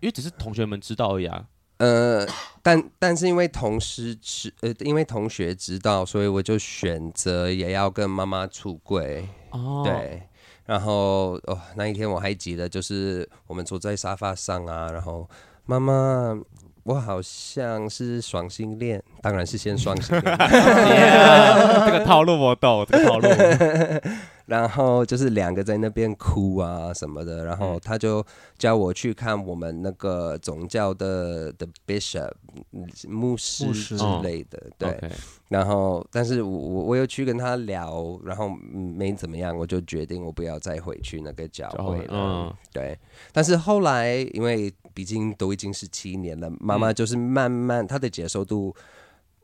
Speaker 2: 因为只是同学们知道而已啊。
Speaker 3: 呃，但但是因为同事知呃，因为同学知道，所以我就选择也要跟妈妈出柜。
Speaker 2: 哦，，
Speaker 3: 对，然后哦，那一天我还记得，就是我们坐在沙发上啊，然后妈妈，我好像是双性恋， 当然是先双性恋
Speaker 2: 啊这个套路我懂，这个套路。
Speaker 3: 然后就是两个在那边哭啊什么的，然
Speaker 2: 嗯
Speaker 3: 后他就叫我去看我们那个总教的的 bishop 嗯牧师
Speaker 1: 牧师
Speaker 3: 之
Speaker 2: 哦
Speaker 3: 类的， 对。
Speaker 2: OK，
Speaker 3: 然后，但是我我我又去跟他聊，然后嗯没怎么样，我就决定我不要再回去那个教会了。
Speaker 2: 嗯
Speaker 3: 对。但是后来，因为毕竟都已经是七年了，妈妈就是慢慢她的接受度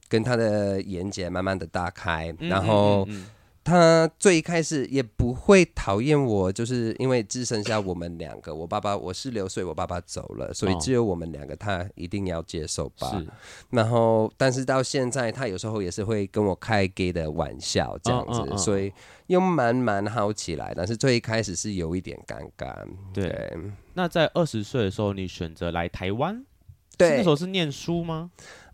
Speaker 3: 跟她的眼界慢慢的打开，
Speaker 2: 嗯
Speaker 3: 然后
Speaker 2: 嗯嗯嗯
Speaker 3: 她最一开始也不会讨厌我，就是因为只剩下我们两个，我爸爸我是六岁，我爸爸走了，所以
Speaker 2: 哦
Speaker 3: 只有我们两个，她一定要接受吧。
Speaker 2: 是
Speaker 3: 然后，但是到现在，他有时候也是会跟我开 gay 的玩笑这样子，
Speaker 2: 嗯嗯嗯
Speaker 3: 所以又慢慢好起来。但是最一开始是有一点尴尬，
Speaker 2: 对。那在二十岁的时候，你选择来台湾，是那
Speaker 3: 对
Speaker 2: 时，候是念书吗？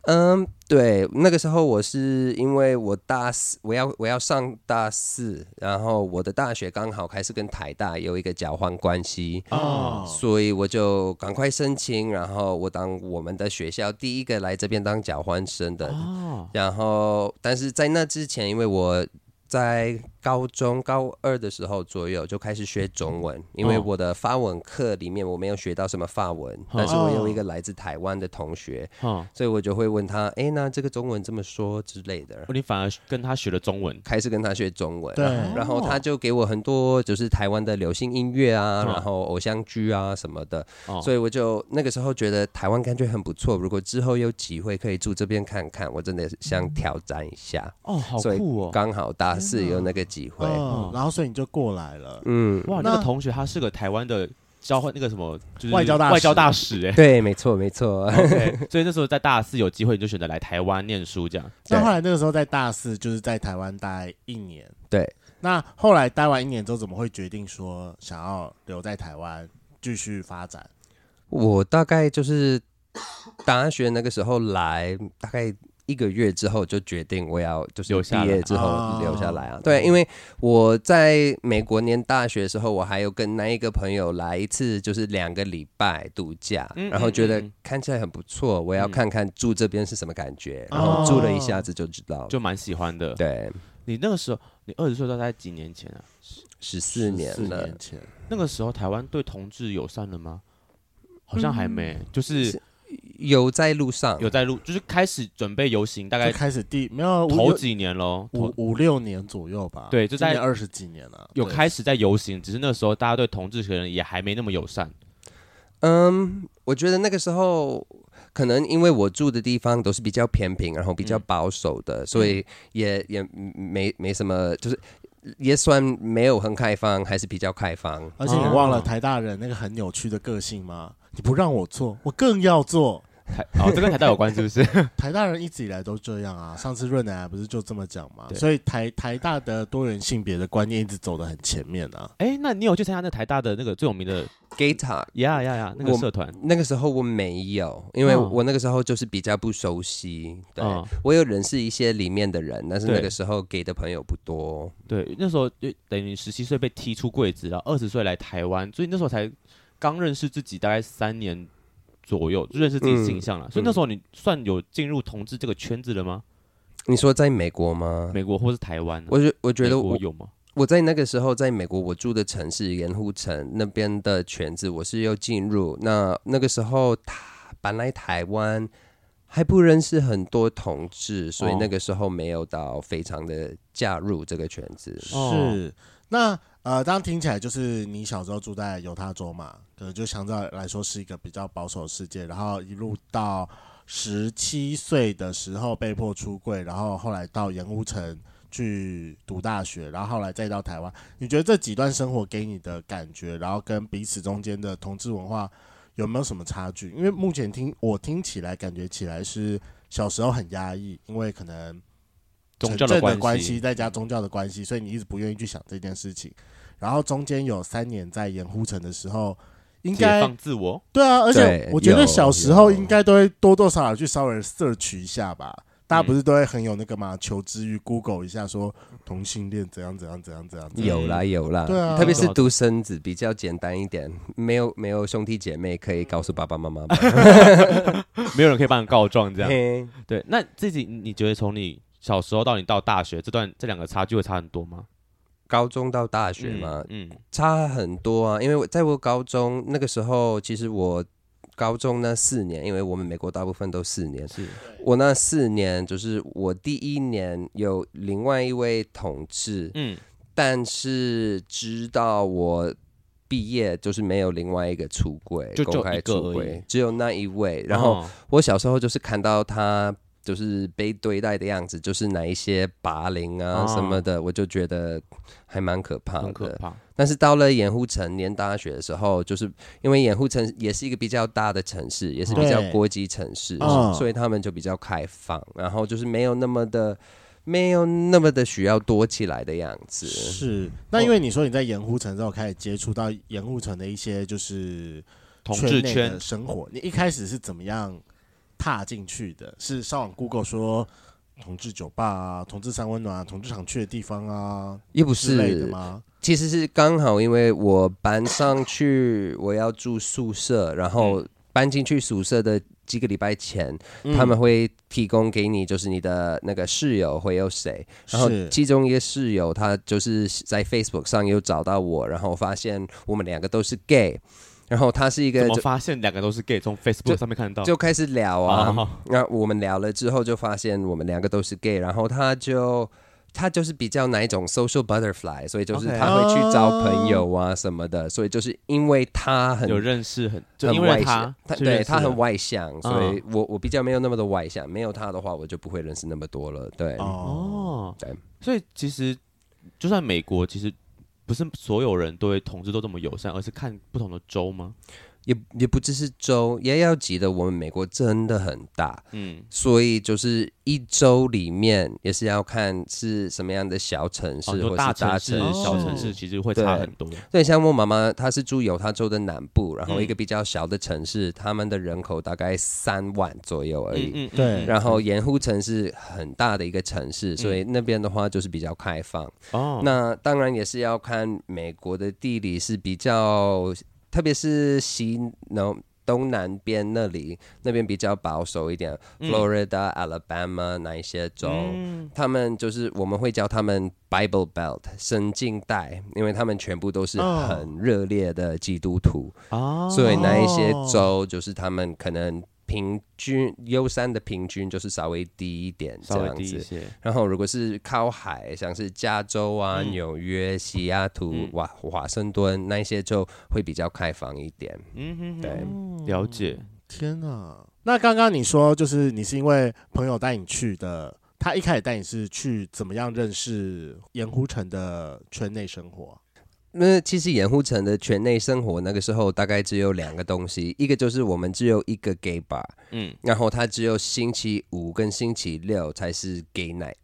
Speaker 3: 嗯，对，那个时候我是因为我大四，我要我要上大四，然后我的大学刚好开始跟台大有一个交换关系，
Speaker 1: 哦，
Speaker 3: 所以我就赶快申请，然后我当我们的学校第一个来这边当交换生的
Speaker 2: 哦，
Speaker 3: 然后，但是在那之前，因为我在高中高二的时候左右就开始学中文，因为
Speaker 2: 哦
Speaker 3: 我的法文课里面我没有学到什么法文，但是我
Speaker 2: 哦
Speaker 3: 有一个来自台湾的同学，
Speaker 2: 哈、
Speaker 3: 所以我就会问他，哎，那这个中文这么说之类的，
Speaker 2: 你反而跟他学了中文，
Speaker 3: 开始跟他学中文。
Speaker 1: 对，
Speaker 3: 然后
Speaker 2: 哦
Speaker 3: 他就给我很多就是台湾的流行音乐啊，
Speaker 2: 嗯
Speaker 3: 然后偶像剧啊什么的，
Speaker 2: 哦，
Speaker 3: 所
Speaker 2: 以
Speaker 3: 以我就那个时候觉得台湾感觉很不错。如果之后有机会可以住这边看看，我真的
Speaker 2: 嗯
Speaker 3: 想挑战一下。
Speaker 2: 哦，好
Speaker 3: 所以
Speaker 2: 酷哦，
Speaker 3: 刚好大四有那个机会。
Speaker 1: 嗯，然后所以你就过来了，
Speaker 3: 嗯，
Speaker 2: 哇，
Speaker 1: 那
Speaker 2: 那个同学他是个台湾的交换那个什么，就是
Speaker 1: 外交大使
Speaker 2: 外交大使 哎、
Speaker 3: 对，没错，没错。
Speaker 2: OK，所以那时候在大四有机会你就选择来台湾念书这样，
Speaker 1: 那
Speaker 3: 对
Speaker 1: 后来那个时候在大四，就是在台湾待一年。
Speaker 3: 对，
Speaker 1: 那后来待完一年之后，怎么会决定说想要留在台湾继续发展？
Speaker 3: 我大概就是大学那个时候来，大概一个月之后就决定我要就是
Speaker 2: 留下来
Speaker 3: 毕业之
Speaker 1: 哦
Speaker 3: 后留下来啊。对，因为我在美国念大学的时候，我还有跟那一个朋友来一次，就是两个礼拜度假，
Speaker 2: 嗯
Speaker 3: 然后觉
Speaker 2: 嗯
Speaker 3: 得
Speaker 2: 嗯嗯
Speaker 3: 看起来很不错，我要
Speaker 2: 嗯
Speaker 3: 看看住这边是什么感觉，
Speaker 1: 哦
Speaker 3: 然后住了一下子就知道。
Speaker 2: 就蛮喜欢的。
Speaker 3: 对，
Speaker 2: 你那个时候，你二十岁大概几年前啊？
Speaker 3: 十四年
Speaker 1: 四
Speaker 3: 了
Speaker 1: 年，前，
Speaker 2: 那个时候台湾对同志友善了吗？好像还没，就是
Speaker 3: 嗯是有在路上，
Speaker 2: 有在录，就是开始准备游行，大
Speaker 1: 就
Speaker 2: 概
Speaker 3: 哦
Speaker 1: 开始第没有
Speaker 2: 头
Speaker 1: 五
Speaker 2: 几年喽，
Speaker 1: 五
Speaker 2: 头
Speaker 1: 五六年左右吧。
Speaker 2: 对就在
Speaker 1: 二十几年了，
Speaker 2: 有
Speaker 1: 对
Speaker 2: 开始在游行，只是那时候大家对同志可能也还没那么友 善。
Speaker 3: 嗯，我觉得那个时候可能因为我住的地方都是比较偏僻，然后比较
Speaker 2: 嗯
Speaker 3: 保守的，所以也也没没什么，就是也算没有很开放，还是比较开放。
Speaker 1: 而且你忘了
Speaker 2: 哦
Speaker 1: 台大人那个很扭曲的个性吗？你不让我做，我更要做。
Speaker 2: 台哦，这跟台大有关是不 是？
Speaker 1: 台大人一直以来都这样啊，上次润南不是就这么讲吗？
Speaker 2: 对
Speaker 1: 所以台台大的多元性别的观念一直走得很前面啊。
Speaker 2: 哎、那你有去参加那台大的那个最有名的
Speaker 3: Gay Talk
Speaker 2: 呀呀呀那个
Speaker 3: 我
Speaker 2: 社团？
Speaker 3: 那个时候我没有，因为
Speaker 2: 嗯
Speaker 3: 我那个时候就是比较不熟悉。对，
Speaker 2: 嗯
Speaker 3: 我有认识一些里面的人，但是那
Speaker 2: 对
Speaker 3: 个时候给的朋友不多。
Speaker 2: 对，那时候就等于十七岁被踢出柜子，然后二十岁来台湾，所以那时候才刚认识自己，大概三年左右就认识自
Speaker 3: 嗯
Speaker 2: 己性向了。所以那时候你算有进入同志这个圈子了吗？
Speaker 3: 你说在美国吗？
Speaker 2: 美国或是台湾呢？
Speaker 3: 我觉我觉得
Speaker 2: 美国
Speaker 3: 我
Speaker 2: 有吗？
Speaker 3: 我在那个时候在美国，我住的城市盐湖城那边的圈子，我是又进入。那那个时候，台本来台湾还不认识很多同志，所以
Speaker 2: 哦
Speaker 3: 那个时候没有到非常的加入这个圈子。
Speaker 2: 哦
Speaker 1: 是，那呃，当然听起来就是你小时候住在犹他州嘛，可能就相对来说是一个比较保守的世界，然后一路到十七岁的时候被迫出柜，然后后来到盐湖城去读大学，然后后来再到台湾。你觉得这几段生活给你的感觉，然后跟彼此中间的同志文化有没有什么差距？因为目前听我听起来感觉起来是小时候很压抑，因为可能
Speaker 2: 宗教
Speaker 1: 城镇的
Speaker 2: 关
Speaker 1: 系，再加宗教的关系，所以你一直不愿意去想这件事情。然后中间有三年在盐湖城的时候，应
Speaker 2: 解
Speaker 1: 该
Speaker 2: 放自我。
Speaker 1: 对啊，而且
Speaker 3: 对
Speaker 1: 我觉得
Speaker 3: 有
Speaker 1: 小时候
Speaker 3: 有
Speaker 1: 应该都会多多少少去稍微 search 一下吧。大家
Speaker 2: 嗯
Speaker 1: 不是都会很有那个嘛，求知欲，Google 一下说同性恋怎样怎样怎样怎样。怎样
Speaker 3: 有啦有啦，
Speaker 1: 对啊
Speaker 3: 嗯特别是独生子比较简单一点，没有没有兄弟姐妹可以告诉爸爸妈妈 吧。
Speaker 2: 没有人可以帮你告状，这样
Speaker 3: 嘿
Speaker 2: 对。那自己你你觉得从你小时候到你到大学这段这两个差距会差很多吗？
Speaker 3: 高中到大学嘛，
Speaker 2: 嗯，
Speaker 3: 差很多啊。因为我在我高中那个时候，其实我高中那四年，因为我们美国大部分都四年
Speaker 2: 嗯，是，
Speaker 3: 我那四年就是我第一年有另外一位同志，
Speaker 2: 嗯
Speaker 3: 但是直到我毕业，就是没有另外一个出柜，
Speaker 2: 就
Speaker 3: 公开
Speaker 2: 就一个
Speaker 3: 出
Speaker 2: 而已
Speaker 3: 柜，只有那一位。然后
Speaker 2: 哦
Speaker 3: 我小时候就是看到他就是被对待的样子，就是哪一些霸凌啊
Speaker 2: 哦
Speaker 3: 什么的，我就觉得还蛮可怕
Speaker 2: 很可
Speaker 3: 的。
Speaker 2: 怕，
Speaker 3: 但是到了掩护城念大学的时候，就是因为掩护城也是一个比较大的城市，也是比较
Speaker 1: 对
Speaker 3: 国际城市，
Speaker 1: 嗯
Speaker 3: 所以他们就比较开放，然后就是没有那么的。没有那么的需要躲起来的样子，
Speaker 1: 是，那因为你说你在盐湖城之后开始接触到盐湖城的一些就是
Speaker 2: 同志
Speaker 1: 圈内
Speaker 2: 圈
Speaker 1: 的生活，你一开始是怎么样踏进去的？是上网 Google 说同志酒吧啊、同志三温暖啊、同志常去的地方啊
Speaker 3: 也不
Speaker 1: 之类的
Speaker 3: 是，
Speaker 1: 吗？
Speaker 3: 其实是刚好，因为我搬上去，我要住宿舍，然后搬进去宿舍的几个礼拜前，
Speaker 1: 嗯
Speaker 3: 他们会提供给你，就是你的那个室友会有谁，然后
Speaker 1: 嗯是
Speaker 3: 其中一个室友他就是在 Facebook 上又找到我，然后发现我们两个都是 gay，然后他是一
Speaker 2: 怎
Speaker 3: 个
Speaker 2: 么
Speaker 3: 就
Speaker 2: 发现两个都是 gay？从 Facebook 上面看到，
Speaker 3: 就开始聊啊，
Speaker 2: 哦
Speaker 3: 那我们聊了之后，就发现我们两个都是 gay，然后他就他就是比较哪一种 social butterfly，所以就是
Speaker 2: OK 哦
Speaker 3: 他会去找朋友啊什么的，所以就是因为他很
Speaker 2: 有认识很，就因
Speaker 3: 很外
Speaker 2: 为他，，
Speaker 3: 向
Speaker 2: 啊
Speaker 3: 他
Speaker 2: 去
Speaker 3: 对
Speaker 2: 认识
Speaker 3: 他
Speaker 2: 了
Speaker 3: 很外向，所以
Speaker 2: 嗯
Speaker 3: 我我比较没有那么的外向，没有他的话，我就不会认识那么多了。对，
Speaker 1: 哦，
Speaker 2: 哦
Speaker 3: 对，
Speaker 2: 所以其实就算美国，其实不是所有人对同志都这么友善，而是看不同的州吗？
Speaker 3: 也也不只是州，也要记得我们美国真的很大，
Speaker 2: 嗯，
Speaker 3: 所以就是一周里面也是要看是什么样的小城市
Speaker 2: 很
Speaker 3: 或
Speaker 2: 多
Speaker 3: 是
Speaker 2: 哦大城
Speaker 3: 大
Speaker 2: 市、
Speaker 1: 城市
Speaker 2: 小城
Speaker 1: 哦
Speaker 2: 市其实会差
Speaker 3: 对
Speaker 2: 很多。
Speaker 3: 对，像我妈妈，她是住犹他州的南部，然后
Speaker 2: 嗯
Speaker 3: 一个比较小的城市，他们的人口大概三万左右而已。
Speaker 2: 嗯
Speaker 1: 对
Speaker 3: 然后盐湖城是很大的一个城市，所以
Speaker 2: 嗯
Speaker 3: 那边的话就是比较开放。
Speaker 2: 哦，
Speaker 3: 那当然也是要看美国的地理是比较，特别是西南东南边那里，那边比较保守一点、
Speaker 2: 嗯
Speaker 3: f l o r i d a Alabama 那一些州。
Speaker 2: 嗯
Speaker 3: 他们就是我们会叫他们 Bible Belt 神经带，因为他们全部都是
Speaker 1: 哦
Speaker 3: 很热烈的基督徒，
Speaker 2: 哦，
Speaker 3: 所以那一些州就是他们可能平均优山的平均就是稍微低一点这
Speaker 2: 稍微
Speaker 3: 样
Speaker 2: 低一
Speaker 3: 子。
Speaker 2: 些，
Speaker 3: 然后如果是靠海，像是加州啊、
Speaker 2: 嗯
Speaker 3: 纽约、西雅图、
Speaker 2: 嗯
Speaker 3: 华华盛顿那一些州会比较开放一点。
Speaker 2: 嗯哼
Speaker 3: 对
Speaker 2: 哼，了解。
Speaker 1: 哦
Speaker 3: 嗯
Speaker 1: 天哪！那刚刚你说就是你是因为朋友带你去的，他一开始带你是去怎么样认识盐湖城的圈内生活？
Speaker 3: 那其实盐湖城的圈内生活，那个时候大概只有两个东西，一个就是我们只有一个 gay bar，
Speaker 2: 嗯，
Speaker 3: 然后它只有星期五跟星期六才是 gay night，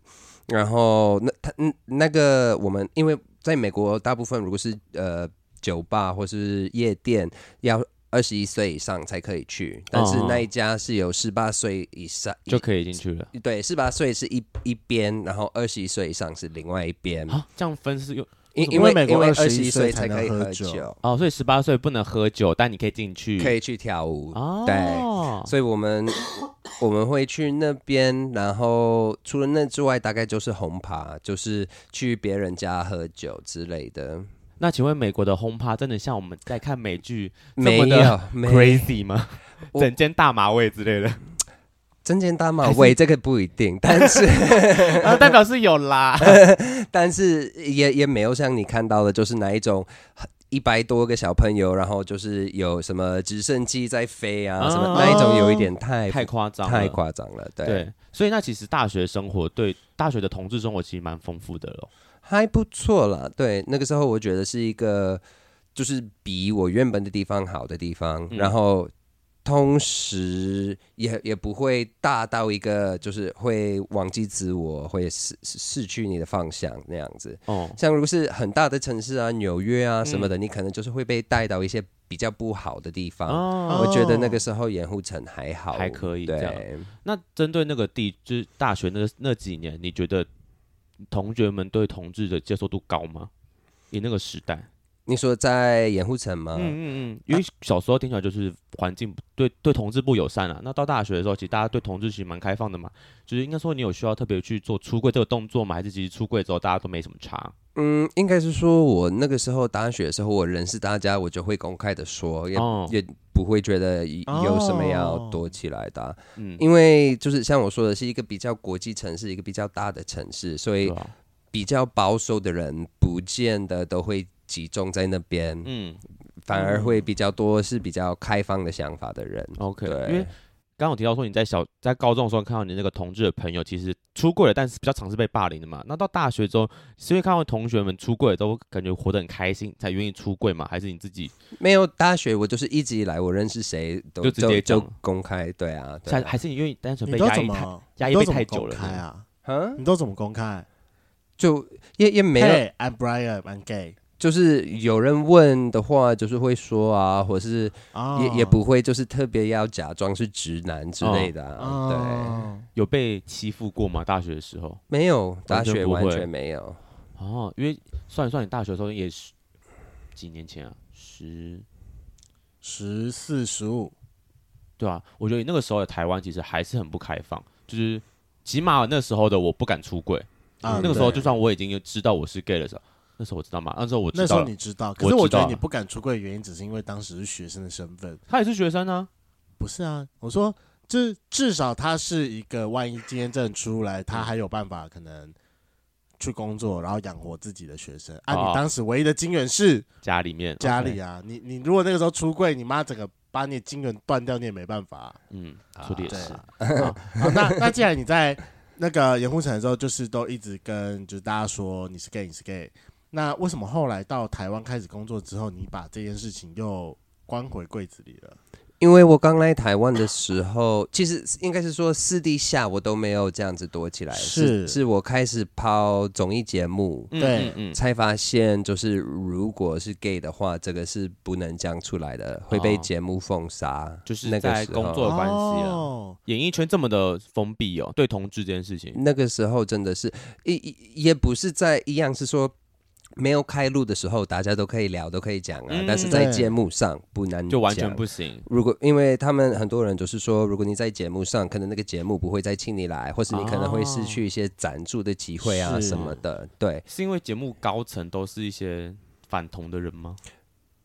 Speaker 3: 然后那它嗯那个我们因为在美国大部分如果是呃酒吧或是夜店要。二十一岁以上才可以去，但是
Speaker 2: 哦
Speaker 3: 那一家是有十八岁以上
Speaker 2: 就可以进去了。
Speaker 3: 对，十八岁是一一边，然后二十一岁以上是另外一边。
Speaker 2: 啊，这样分是用
Speaker 3: 因
Speaker 1: 因
Speaker 3: 因
Speaker 1: 为
Speaker 3: 为
Speaker 1: 美国
Speaker 3: 因为
Speaker 1: 21
Speaker 3: 二十一岁
Speaker 1: 才
Speaker 3: 才
Speaker 1: 能
Speaker 3: 可以
Speaker 1: 喝
Speaker 3: 喝
Speaker 1: 酒
Speaker 3: 酒，
Speaker 2: 哦，所以十八岁不能喝酒，但你可以进去，
Speaker 3: 可
Speaker 2: 以
Speaker 3: 以去跳舞。
Speaker 2: 哦，
Speaker 3: 对，所以我们 我们会去那边，然后除了那之外，大概就是红爬，就是去别人家喝酒之类的。
Speaker 2: 那请问美国的轰趴真的像我们在看美剧这
Speaker 3: 没
Speaker 2: 么的
Speaker 3: 有，没有
Speaker 2: crazy 吗？
Speaker 3: 我
Speaker 2: 整间大马位之类 的，
Speaker 3: 真间大马
Speaker 2: 还是
Speaker 3: 尾这个不一定，但是
Speaker 2: 啊，代表是有啦。
Speaker 3: 但是也也没有像你看到的，就是哪一种。一百多个小朋友，然后就是有什么直升机在飞啊，什么
Speaker 2: 哦
Speaker 3: 那一种有一点太
Speaker 2: 太夸张了，
Speaker 3: 太夸张了，对，
Speaker 2: 对，所以那其实大学生活对大学的同志生活其实蛮丰富的咯。
Speaker 3: 还不错啦。对，那个时候我觉得是一个，就是比我原本的地方好的地方，
Speaker 2: 嗯
Speaker 3: 然后同时也也不会大到一个就是会忘记自我，会失失失去你的方向那样子。
Speaker 2: 哦，
Speaker 3: 像如果是很大的城市啊，纽约啊什么
Speaker 2: 嗯
Speaker 3: 的，你可能就是会被带到一些比较不好的地方。
Speaker 2: 哦，
Speaker 3: 我觉得那个时候盐湖城还好，
Speaker 2: 还可以这样
Speaker 3: 对，
Speaker 2: 那针对那个地，就是大学那那几年，你觉得同学们对同志的接受度高吗？你那个时代，
Speaker 3: 你说在盐湖城吗？
Speaker 2: 嗯嗯嗯，因为小时候听起来就是环境不对对同志不友善啊。那到大学的时候，其实大家对同志其实蛮开放的嘛，就是应该说你有需要特别去做出柜这个动作吗？还是其实出柜之后大家都没什么差？
Speaker 3: 嗯，应该是说我那个时候大学的时候，我认识大家，我就会公开的说，也、
Speaker 2: 哦
Speaker 3: 也不会觉得有什么要
Speaker 1: 哦
Speaker 3: 躲起来的啊、
Speaker 2: 嗯，
Speaker 3: 因为就是像我说的，是一个比较国际城市，一个比较大的城市，所
Speaker 2: 对
Speaker 3: 以
Speaker 2: 啊
Speaker 3: 比较保守的人不见得都会集中在那边，
Speaker 2: 嗯
Speaker 3: 反而会比较多是比较开放的想法的人。
Speaker 2: ，OK，
Speaker 3: 对
Speaker 2: 因为刚刚有提到说你在小在高中的时候看到你那个同志的朋友其实出柜了，但是比较常是被霸凌的嘛。那到大学之后，是因为看到同学们出柜都感觉活得很开心，才愿意出柜嘛？还是你自己
Speaker 3: 没有大学，我就是一直以来我认识谁都
Speaker 2: 就直接
Speaker 3: 就
Speaker 2: 讲
Speaker 3: 公开，对啊，对
Speaker 2: 还
Speaker 3: 啊
Speaker 2: 还是你愿意单纯
Speaker 1: 你
Speaker 2: 被
Speaker 1: 都
Speaker 2: 压
Speaker 1: 怎
Speaker 2: 抑太？
Speaker 1: 么
Speaker 2: 压
Speaker 1: 你
Speaker 2: 抑
Speaker 1: 都
Speaker 2: 被
Speaker 1: 怎么
Speaker 2: 太久
Speaker 1: 公
Speaker 2: 了
Speaker 1: 开啊？
Speaker 3: 嗯，
Speaker 1: 你都怎么公开？
Speaker 3: 就也也没有，
Speaker 1: Hey, I'm Brian, I'm gay
Speaker 3: 就是有人问的话，就是会说啊，或是
Speaker 1: 啊，
Speaker 3: 也也不会就是特别要假装是直男之类的
Speaker 1: 呃
Speaker 3: 啊，对，
Speaker 1: 哦
Speaker 2: 有被欺负过吗？大学的时候？
Speaker 3: 没有，大
Speaker 2: 完全
Speaker 3: 学
Speaker 2: 不会
Speaker 3: 完全没有，
Speaker 2: 哦，因为算一算，你大学的时候也是几年前啊，十
Speaker 1: 十四十五，
Speaker 2: 对啊，我觉得那个时候的台湾其实还是很不开放，就是起码那时候的我不敢出柜、
Speaker 1: 啊
Speaker 2: 嗯那个时候
Speaker 1: 对
Speaker 2: 就算我已经知道我是 gay 的时候，那时候我知道吗？那时候我
Speaker 1: 那
Speaker 2: 知
Speaker 1: 时
Speaker 2: 道
Speaker 1: 候
Speaker 2: 了
Speaker 1: 你知道，
Speaker 2: 我
Speaker 1: 可是我
Speaker 2: 知道
Speaker 1: 觉得
Speaker 2: 啊
Speaker 1: 你不敢出柜的原因，只是因为当时是学生的身份。
Speaker 2: 他也是学生啊，
Speaker 1: 不是啊，我说至至少他是一个，万一今天真的出来，
Speaker 2: 嗯
Speaker 1: 他还有办法可能去工作，然后养活自己的学生。啊，
Speaker 2: 哦
Speaker 1: 你当时唯一的金源是
Speaker 2: 家里面哦
Speaker 1: 家里
Speaker 2: OK，
Speaker 1: 啊，你你如果那个时候出柜，你妈整个把你的金源断掉，你也没办法啊、
Speaker 2: 嗯，说的也
Speaker 1: 对
Speaker 2: 是，
Speaker 1: 啊。好 那那既然你在那个盐湖城的时候，就是都一直跟就是大家说你是 gay，你是 gay，那为什么后来到台湾开始工作之后，你把这件事情又关回柜子里了？
Speaker 3: 因为我刚来台湾的时候，其实应该是说私底下我都没有这样子躲起来，
Speaker 1: 是
Speaker 3: 是是我开始抛综艺节目。
Speaker 2: 嗯
Speaker 1: 对
Speaker 2: 嗯嗯，
Speaker 3: 才发现，就是如果是 gay 的话，这个是不能讲出来的，会被
Speaker 2: 哦
Speaker 3: 节目封杀。
Speaker 2: 就是
Speaker 3: 那个
Speaker 2: 在
Speaker 3: 时
Speaker 2: 工
Speaker 3: 候
Speaker 2: 作有关系啊
Speaker 1: 哦
Speaker 2: 演艺圈这么的封闭哦，对同志这件事情，
Speaker 1: 嗯
Speaker 3: 那个时候真的是，也也也不是在一样是说没有开录的时候，大家都可以聊，都可以讲啊，
Speaker 2: 嗯
Speaker 3: 但是在
Speaker 1: 对
Speaker 3: 节目上不能
Speaker 2: 就完
Speaker 1: 啊
Speaker 2: 全
Speaker 3: 讲
Speaker 2: 不行，
Speaker 3: 如果因为他们很多人就是说，如果你在节目上，可能那个节目不会再请你来，或是你可能会失去一些赞助的机会啊
Speaker 1: 是
Speaker 3: 什么的。对，
Speaker 2: 是因为节目高层都是一些反同的人吗？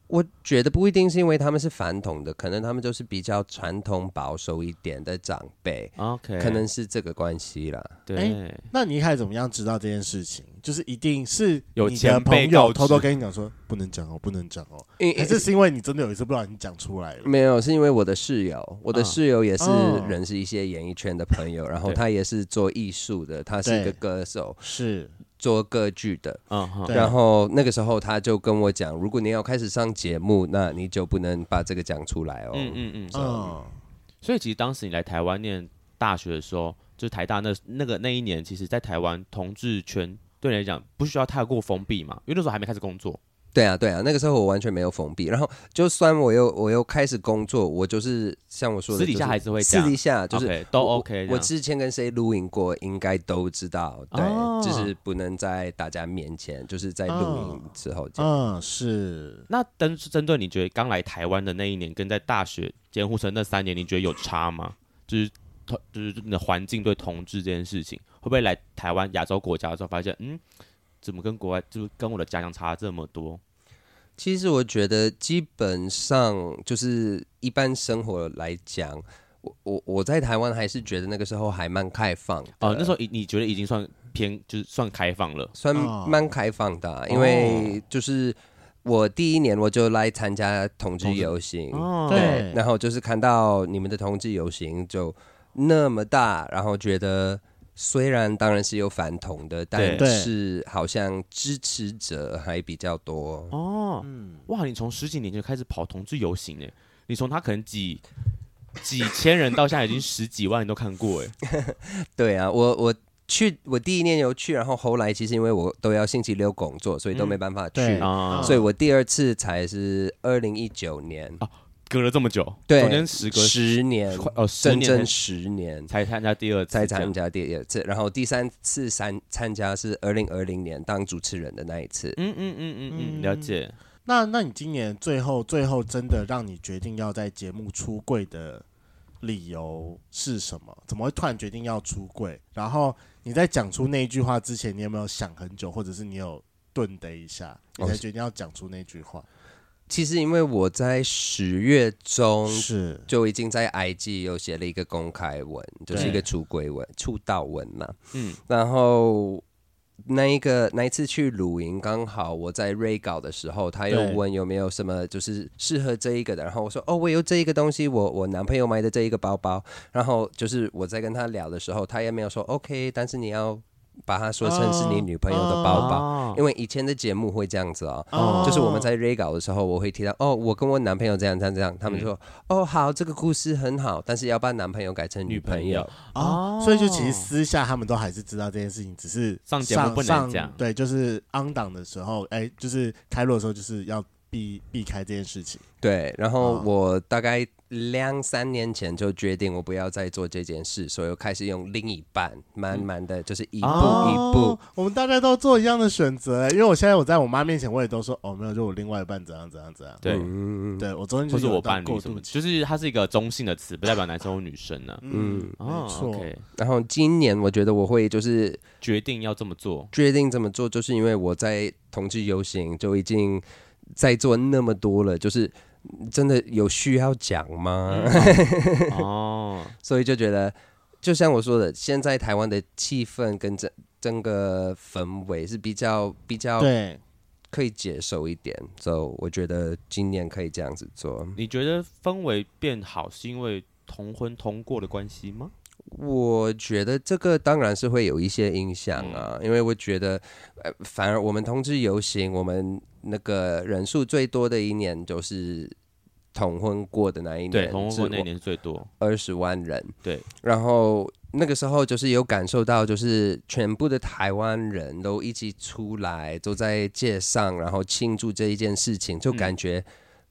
Speaker 3: 我觉得不一定是因为他们是反统的，可能他们就是比较传统保守一点的长辈，
Speaker 2: OK，
Speaker 3: 可能是这个关系啦。
Speaker 2: 对、
Speaker 1: 哎那你一开始怎么样知道这件事情？就是一定是
Speaker 2: 有
Speaker 1: 你的
Speaker 2: 前辈
Speaker 1: 朋
Speaker 2: 告
Speaker 1: 友
Speaker 2: 知
Speaker 1: 偷偷跟你讲说不能讲哦，不能讲哦，
Speaker 3: 因
Speaker 1: 还是是因为你真的有一次不小心讲出来了？
Speaker 3: 没有，是因为我的室友，我的
Speaker 2: 嗯
Speaker 3: 室友也是
Speaker 1: 哦
Speaker 3: 认识一些演艺圈的朋友，然后
Speaker 2: 对
Speaker 3: 他也是做艺术的，他是一个
Speaker 1: 对
Speaker 3: 歌手，
Speaker 1: 是
Speaker 3: 做歌剧的。
Speaker 2: 嗯哼
Speaker 1: 对
Speaker 3: 然后那个时候他就跟我讲，如果你要开始上节目，那你就不能把这个讲出来哦。
Speaker 2: 嗯嗯嗯，
Speaker 1: 嗯，
Speaker 2: 所以其实当时你来台湾念大学的时候，就是台大那那个那一年，其实在台湾同志圈对你来讲不需要太过封闭嘛，因为那时候还没开始工作。
Speaker 3: 对啊，对啊，那个时候我完全没有封闭。然后就算我又我又开始工作，我就是像我说的，
Speaker 2: 私底下
Speaker 3: 就是
Speaker 2: 还是会
Speaker 3: 私
Speaker 2: 讲
Speaker 3: 底下就是
Speaker 2: OK，都
Speaker 3: 我
Speaker 2: OK 这
Speaker 3: 我
Speaker 2: 样
Speaker 3: 之前跟谁录影过，应该都知道。对，
Speaker 2: 哦
Speaker 3: 就是不能在大家面前，就是在录影之后讲。
Speaker 1: 嗯，是
Speaker 2: 那针针对你觉得刚来台湾的那一年，跟在大学监护生那三年，你觉得有差吗？就是同就是你的环境对同志这件事情，会不会来台湾亚洲国家的时候发现，嗯，怎么跟国外就是跟我的家乡差这么多？
Speaker 3: 其实我觉得，基本上就是一般生活来讲，我我我在台湾还是觉得那个时候还蛮开放的
Speaker 2: 哦、那时候已你觉得已经算偏就是算开放了，
Speaker 3: 算
Speaker 1: 哦
Speaker 3: 蛮开放的啊、
Speaker 2: 哦
Speaker 3: 因为就是我第一年我就来参加同志游行，
Speaker 2: 哦
Speaker 1: 对
Speaker 3: 然后就是看到你们的同志游行就那么大，然后觉得。虽然当然是有反同的，
Speaker 2: 对
Speaker 3: 但
Speaker 1: 对
Speaker 3: 是好像支持者还比较多。
Speaker 2: 哦，哇！你从十几年前开始跑同志游行哎，你从他可能几几千人到现在已经十几万，你都看过哎。
Speaker 3: 对啊，我我去我第一年有去，然后后来其实因为我都要星期六工作，所以都没办法去，
Speaker 1: 对
Speaker 2: 啊
Speaker 3: 所以我第二次才是二零一九年，
Speaker 2: 隔了这么久，
Speaker 3: 对
Speaker 2: 中间时隔
Speaker 3: 十年，
Speaker 2: 快哦十
Speaker 3: 整整
Speaker 2: 年
Speaker 3: 十年
Speaker 2: 才才参加第二次，
Speaker 3: 才参。加第二次，然后第三次参参加是二零二零年当主持人的那一次。
Speaker 2: 嗯嗯嗯嗯嗯，了解。
Speaker 1: 那那你今年最后最后真的让你决定要在节目出柜的理由是什么？怎么会突然决定要出柜？然后你在讲出那一句话之前，你有没有想很久，或者是你有顿的一下，
Speaker 3: 哦
Speaker 1: 你才决定要讲出那句话。
Speaker 3: 其实因为我在十月中
Speaker 1: 是，
Speaker 3: 就已经在 IG 有写了一个公开文，就是一个出轨文、出道文嘛。
Speaker 2: 嗯，
Speaker 3: 然后那一个那一次去露营，刚好我在瑞稿的时候，他又
Speaker 1: 对
Speaker 3: 问有没有什么就是适合这一个的，然后我说哦，我有这一个东西，我我男朋友买的这一个包包，然后就是我在跟他聊的时候，他也没有说 OK，但是你要把它说成是你女朋友的包包，
Speaker 2: 哦
Speaker 3: 因为以前的节目会这样子哦。
Speaker 2: 哦
Speaker 3: 就是我们在 re 稿的时候，我会提到哦，我跟我男朋友这样这样这样，他们就说、哦好，这个故事很好，但是要把男朋友改成女朋
Speaker 2: 女朋
Speaker 3: 友
Speaker 2: 友，
Speaker 1: 哦，所以就其实私下他们都还是知道这件事情，只是
Speaker 2: 上节目不能
Speaker 1: 上
Speaker 2: 讲
Speaker 1: 对，就是 on 档的时候，哎、就是开录的时候，就是要避避开这件事情。
Speaker 3: 对，然后
Speaker 1: 哦
Speaker 3: 我大概两三年前就决定我不要再做这件事，所以我开始用另一半，慢慢的就是一步一步
Speaker 1: 嗯哦，我们大家都做一样的选择、哎因为我现在我在我妈面前，我也都说哦，没有，就我另外一半怎样怎样怎样。
Speaker 2: 对，
Speaker 3: 嗯，
Speaker 1: 对我昨天就
Speaker 2: 或是
Speaker 1: 有
Speaker 2: 我
Speaker 1: 到
Speaker 2: 伴
Speaker 1: 过
Speaker 2: 侣什
Speaker 1: 渡
Speaker 2: 么，
Speaker 1: 期，
Speaker 2: 就是它是一个中性的词，不代表男生或女生呢、
Speaker 1: 嗯，
Speaker 2: 哦
Speaker 1: 没错
Speaker 2: OK，
Speaker 3: 然后今年我觉得我会就是
Speaker 2: 决定要这么做，
Speaker 3: 决定这么做，就是因为我在同志游行就已经在做那么多了，就是真的有需要讲吗？
Speaker 1: 嗯
Speaker 2: 哦，
Speaker 3: 所以就觉得，就像我说的，现在台湾的气氛跟整整个氛围是比较比较
Speaker 1: 对，
Speaker 3: 可以接受一点，所、以我觉得今年可以这样子做。
Speaker 2: 你觉得氛围变好是因为同婚通过的关系吗？
Speaker 3: 我觉得这个当然是会有一些影响
Speaker 2: 嗯
Speaker 3: 啊，因为我觉得，呃，反而我们同志游行，我们那个人数最多的一年就是同婚过的那一年，
Speaker 2: 对，同婚
Speaker 3: 是
Speaker 2: 过那
Speaker 3: 我
Speaker 2: 年是最多，
Speaker 3: 二十万人，
Speaker 2: 对，
Speaker 3: 然后那个时候就是有感受到，就是全部的台湾人都一起出来，都在街上，然后庆祝这一件事情，就
Speaker 2: 嗯
Speaker 3: 感觉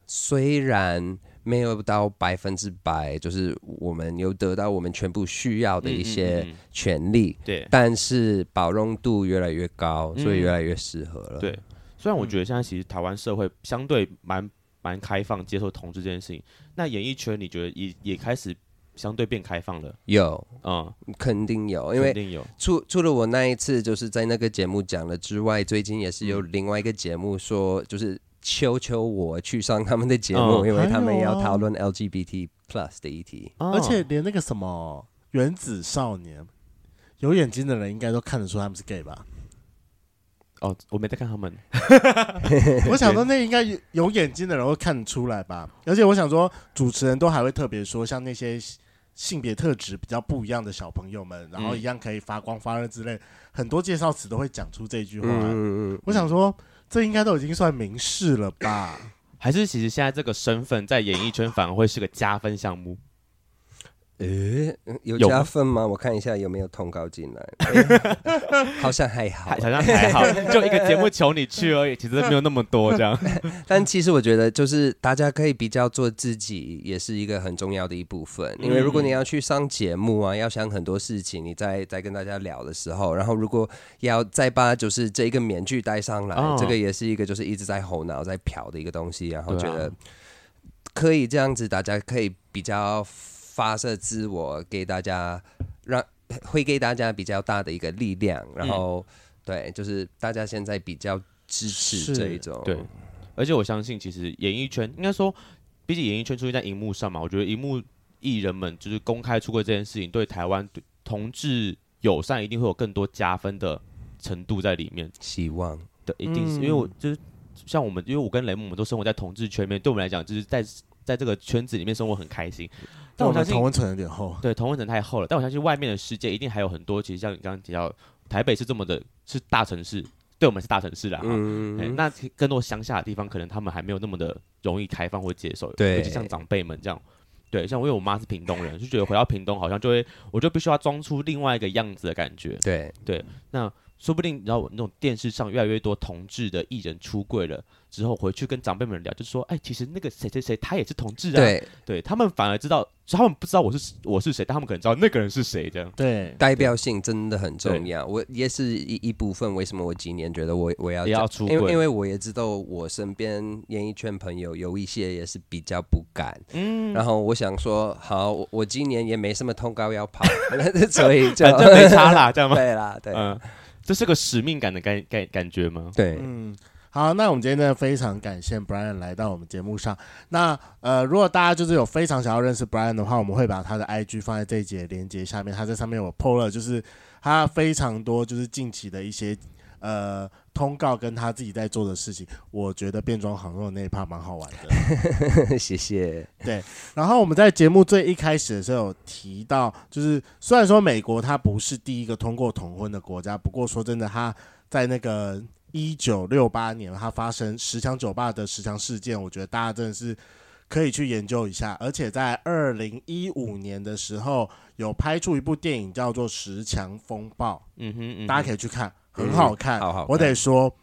Speaker 3: 虽然没有到百分之百，就是我们有得到我们全部需要的一
Speaker 2: 嗯
Speaker 3: 些
Speaker 2: 嗯嗯
Speaker 3: 权利，
Speaker 2: 对
Speaker 3: 但是包容度越来越高，所以
Speaker 2: 嗯
Speaker 3: 越来越适合了。
Speaker 2: 对。虽
Speaker 3: 嗯
Speaker 2: 然我觉得现在其实台湾社会相对蛮蛮开放，接受同志这件事情，那演艺圈你觉得也也开始相对变开放了？
Speaker 3: 有
Speaker 2: 嗯，
Speaker 3: 肯定有，因为
Speaker 2: 肯定有，
Speaker 3: 除除了我那一次就是在那个节目讲了之外，最近也是有另外一个节目说，就是求求我去上他们的节目，
Speaker 2: 嗯
Speaker 3: 因为他们
Speaker 1: 还
Speaker 3: 也
Speaker 1: 有啊
Speaker 3: 要讨论 LGBT plus 的议题。
Speaker 2: 哦嗯
Speaker 1: 而且连那个什么原子少年，有眼睛的人应该都看得出他们是 gay 吧？
Speaker 2: 哦，我没在看他们，
Speaker 1: 我想说，那应该有有眼睛的人会看得出来吧？而且我想说，主持人都还会特别说，像那些性别特质比较不一样的小朋友们，然后一样可以发光发热之类，很多介绍词都会讲出这句话。
Speaker 3: 嗯嗯
Speaker 1: 我想说，这应该都已经算明示了吧？
Speaker 2: 还是其实现在这个身份在演艺圈反而会是个加分项目？
Speaker 3: 嗯，诶，有
Speaker 2: 有
Speaker 3: 加分吗？我看一下有没有通告进来， 好像还好
Speaker 2: 还。好像还好，就一个节目求你去而已，其实没有那么多这样。
Speaker 3: 但其实我觉得，就是大家可以比较做自己，也是一个很重要的一部分。因为如
Speaker 2: 嗯
Speaker 3: 果你要去上节目啊，要想很多事情，你在在跟大家聊的时候，然后如果要再把就是这一个面具戴上来，
Speaker 2: 哦
Speaker 3: 这个也是一个就是一直在吼脑在瞟的一个东西，然后
Speaker 2: 对
Speaker 3: 觉
Speaker 2: 啊
Speaker 3: 得可以这样子，大家可以比较发射自我，给大家让会给大家比较大的一个力量，
Speaker 2: 嗯
Speaker 3: 然后、对，就是大家现在比较支持
Speaker 1: 是
Speaker 3: 这一种，
Speaker 2: 对，而且我相信，其实演艺圈应该说，毕竟演艺圈出现在荧幕上嘛，我觉得荧幕艺人们就是公开出柜这件事情，对台湾对同志友善一定会有更多加分的程度在里面
Speaker 3: 希望。
Speaker 2: 的，一定是、因为我就是像我们，因为我跟雷蒙，我们都生活在同志圈里面，对我们来讲，就是在在这个圈子里面生活很开心。但我
Speaker 1: 们
Speaker 2: 相信
Speaker 1: 同温层有点厚，
Speaker 2: 对，同温层太厚了。但我相信外面的世界一定还有很多，其实像你刚刚提到，台北是这么的，是大城市，对我们是大城市啦。嗯
Speaker 3: 嗯
Speaker 2: 哎，那其更多乡下的地方，可能他们还没有那么的容易开放或接受，
Speaker 3: 对
Speaker 2: 尤其像长辈们这样。对，像我因为我妈是屏东人，就觉得回到屏东好像就会，我就必须要装出另外一个样子的感觉。
Speaker 3: 对，
Speaker 2: 说不定你知道，那种电视上越来越多同志的艺人出柜了之后，回去跟长辈们聊，就说，哎，其实那个谁谁谁他也是同志啊。
Speaker 3: 对，
Speaker 2: 对他们反而知道，他们不知道我是我是谁，但他们可能知道那个人是谁这样。
Speaker 1: 对，
Speaker 3: 代表性真的很重要。我也是一一部分，为什么我今年觉得我我要
Speaker 2: 也要
Speaker 3: 讲
Speaker 2: 出
Speaker 3: 因
Speaker 2: 柜
Speaker 3: 为因为我也知道我身边演艺圈朋友有一些也是比较不敢，嗯，然后我想说，好，我我今年也没什么通告要跑，所以就
Speaker 2: 反正没差啦，这样吗？
Speaker 3: 对啦，对，
Speaker 2: 嗯，这是个使命感的感感感觉吗？
Speaker 3: 对，
Speaker 1: 嗯，好，那我们今天真的非常感谢 Brian 来到我们节目上。那呃，如果大家就是有非常想要认识 Brian 的话，我们会把他的 IG 放在这一节连接下面。他在上面我 PO 了，就是他非常多就是近期的一些呃通告跟他自己在做的事情。我觉得变装行肉那一趴蛮好玩的。
Speaker 3: 谢谢。
Speaker 1: 然后我们在节目最一开始的时候有提到，就是虽然说美国它不是第一个通过同婚的国家，不过说真的，它在那个一九六八年它发生十强酒吧的十强事件，我觉得大家真的是可以去研究一下。而且在二零一五年的时候，有拍出一部电影叫做《十强风暴
Speaker 2: 嗯哼，嗯》，哼
Speaker 1: 大家可以去看，很好看。
Speaker 3: 好好看
Speaker 1: 我得说。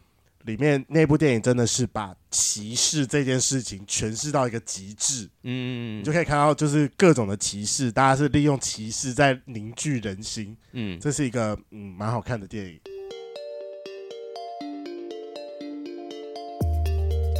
Speaker 1: 里面那部电影真的是把歧视这件事情诠释到一个极致，
Speaker 2: 嗯嗯
Speaker 1: 你
Speaker 2: 嗯
Speaker 1: 就可以看到，就是各种的歧视，大家是利用歧视在凝聚人心，
Speaker 2: 嗯，
Speaker 1: 这是一个嗯蛮好看的电影。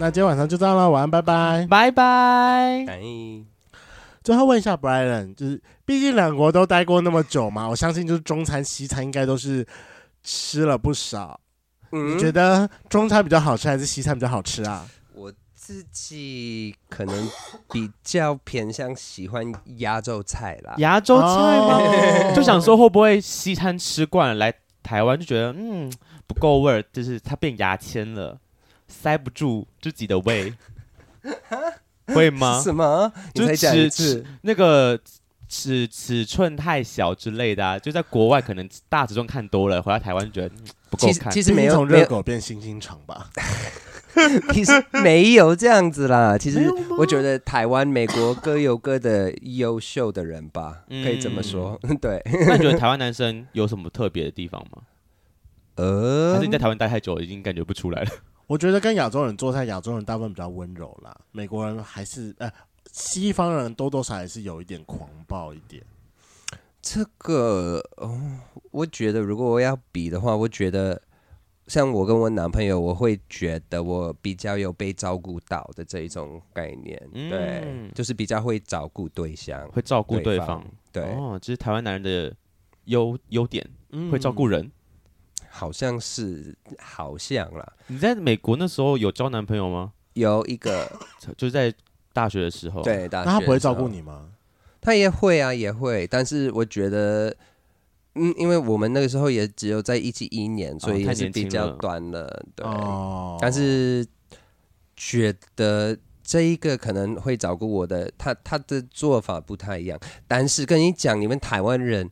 Speaker 1: 那今天晚上就这样了，晚安，拜拜。
Speaker 2: 拜拜。
Speaker 3: 感恩。
Speaker 1: 最后问一下 Brian，就是毕竟两国都待过那么久嘛，我相信就是中餐、西餐应该都是吃了不少。
Speaker 3: 嗯
Speaker 1: 你觉得中餐比较好吃还是西餐比较好吃啊？
Speaker 3: 我自己可能比较偏向喜欢亚洲菜啦。
Speaker 2: 亚洲菜吗
Speaker 1: 哦
Speaker 2: 就想说会不会西餐吃惯了来台湾就觉得嗯不够味儿，就是它变牙签了，塞不住自己的 胃，会吗？
Speaker 3: 什么？你
Speaker 2: 就
Speaker 3: 再
Speaker 2: 是
Speaker 3: 讲一
Speaker 2: 尺
Speaker 3: 次
Speaker 2: 尺。那个尺尺寸太小之类的、啊，就在国外可能大尺寸看多了，回到台湾就觉得、嗯不够
Speaker 3: 其实
Speaker 2: 看
Speaker 3: 其。实没
Speaker 1: 毕竟
Speaker 3: 有
Speaker 1: 从
Speaker 3: 没
Speaker 1: 热
Speaker 3: 有，
Speaker 1: 狗变星星肠吧。
Speaker 3: 其实没有这样 子啦。其实我觉得台湾、美国各有各的优秀的人吧，
Speaker 2: 嗯
Speaker 3: 可以这么说。 对，
Speaker 2: 那你觉得台湾男生有什么特别的地方吗？还
Speaker 3: 呃
Speaker 2: 是你在台湾待太久了，已经感觉不出来
Speaker 3: 嗯
Speaker 2: 了？
Speaker 1: 我觉得跟亚洲人做菜，亚洲人大部分比较温柔啦，美国人还是呃西方人多多少少还是有一点狂暴一点。
Speaker 3: 这个哦，我觉得如果我要比的话，我觉得像我跟我男朋友，我会觉得我比较有被照顾到的这一种概念，对
Speaker 2: 嗯，
Speaker 3: 就是比较会照顾对象，
Speaker 2: 会照顾对方，
Speaker 3: 对，
Speaker 2: 哦，这是台湾男人的优优点，
Speaker 1: 嗯
Speaker 2: 会照顾人。
Speaker 3: 好像是好像啦，
Speaker 2: 你在美国那时候有交男朋友吗？
Speaker 3: 有一个
Speaker 2: 就在大学的时候。，
Speaker 3: 对，大
Speaker 1: 哦那
Speaker 3: 学
Speaker 1: 他不会
Speaker 3: 的时候
Speaker 1: 照顾，你吗？
Speaker 3: 他也会啊，也会，但是我觉得。嗯，因为我们那个时候也只有在一起一年，所以
Speaker 2: 哦太
Speaker 3: 也是
Speaker 2: 年
Speaker 3: 比
Speaker 2: 轻
Speaker 3: 较
Speaker 2: 了
Speaker 3: 短了，对。
Speaker 1: 哦，
Speaker 3: 但是觉得这一个可能会照顾我的，他他的做法不太一样。但是跟你讲，你们台湾人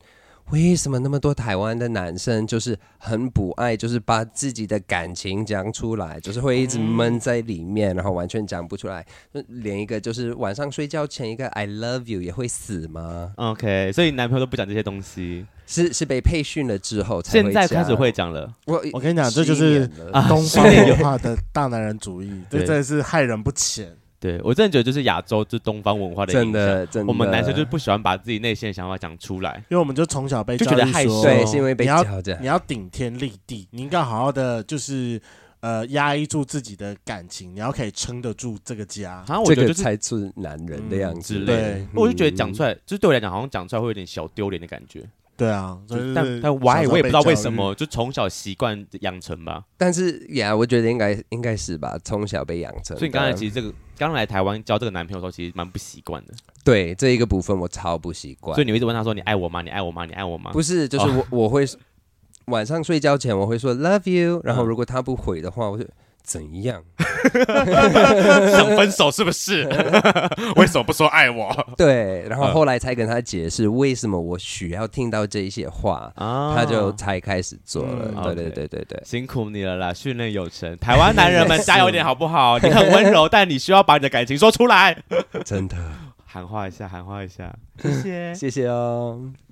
Speaker 3: 为什么那么多台湾的男生就是很不爱，就是把自己的感情讲出来，就是会一直闷在里面，然后完全讲不出来，就连一个就是晚上睡觉前一个 I love you 也会死吗？
Speaker 2: OK，所以男朋友都不讲这些东西，
Speaker 3: 是是被培训了之后才
Speaker 2: 现
Speaker 3: 会
Speaker 2: 在
Speaker 3: 讲
Speaker 2: 开始会讲了。
Speaker 3: 我
Speaker 1: 我跟你讲，这就是
Speaker 3: 11年了
Speaker 2: 啊
Speaker 1: 东
Speaker 2: 是
Speaker 1: 方文化的大男人主 义，这
Speaker 2: 对
Speaker 1: 真的是害人不浅。
Speaker 2: 对我真的觉得就是亚洲就东方文化的
Speaker 3: 真
Speaker 2: 影响，
Speaker 3: 的真的，
Speaker 2: 我们男生就是不喜欢把自己内心的想法讲出来。
Speaker 1: 因为我们就从小被
Speaker 2: 就
Speaker 1: 教
Speaker 2: 觉得
Speaker 1: 育
Speaker 2: 害
Speaker 1: 说，
Speaker 2: 羞
Speaker 3: 对，是因为被
Speaker 1: 你要
Speaker 3: 教着
Speaker 1: 你。要顶天立地，你应该好好的就是呃压抑住自己的感情，你要可以撑得住嗯这个嗯家。
Speaker 2: 好像啊我
Speaker 3: 这
Speaker 2: 觉得就
Speaker 3: 个
Speaker 2: 是嗯
Speaker 3: 才是男人的样子
Speaker 2: 之类
Speaker 1: 的
Speaker 2: 的，我就觉得讲出来，就是对我来讲，好像讲出来会有点小丢脸的感觉。
Speaker 1: 对啊，所以
Speaker 2: 就
Speaker 1: 就是
Speaker 2: 但但 why
Speaker 1: 小时候
Speaker 2: 我也不知道
Speaker 1: 被教育
Speaker 2: 为什。么，就从小习惯养成吧。
Speaker 3: 但是呀，我觉得应该应该是吧，从小被养成的。
Speaker 2: 所以你刚才其实这个刚来台湾交这个男朋友的时候，其实蛮不习惯的。
Speaker 3: 对这一个部分我超不习惯
Speaker 2: 所以，哦你会一直问他说：“你爱我吗？你爱我吗？你爱我吗
Speaker 3: 不是就是我、我会晚上睡觉前我会说 love you，然后
Speaker 2: 嗯
Speaker 3: 如果他不回的话，我就怎样？？”
Speaker 2: 想分手是不是？ 为什么不说爱我？
Speaker 3: 对，
Speaker 2: 嗯
Speaker 3: 然后后来才跟他解释为什么我需要听到这一些话，
Speaker 2: 啊
Speaker 3: 他就才开始做了。
Speaker 2: 嗯
Speaker 3: 对
Speaker 2: OK
Speaker 3: 对对对 对，
Speaker 2: 辛苦你了啦，训练有成，台湾男人们加油一点好不好？你很温柔，但你需要把你的感情说出来，
Speaker 3: 真的，
Speaker 2: 喊话一下，喊话一下，谢谢。
Speaker 3: 谢谢哦。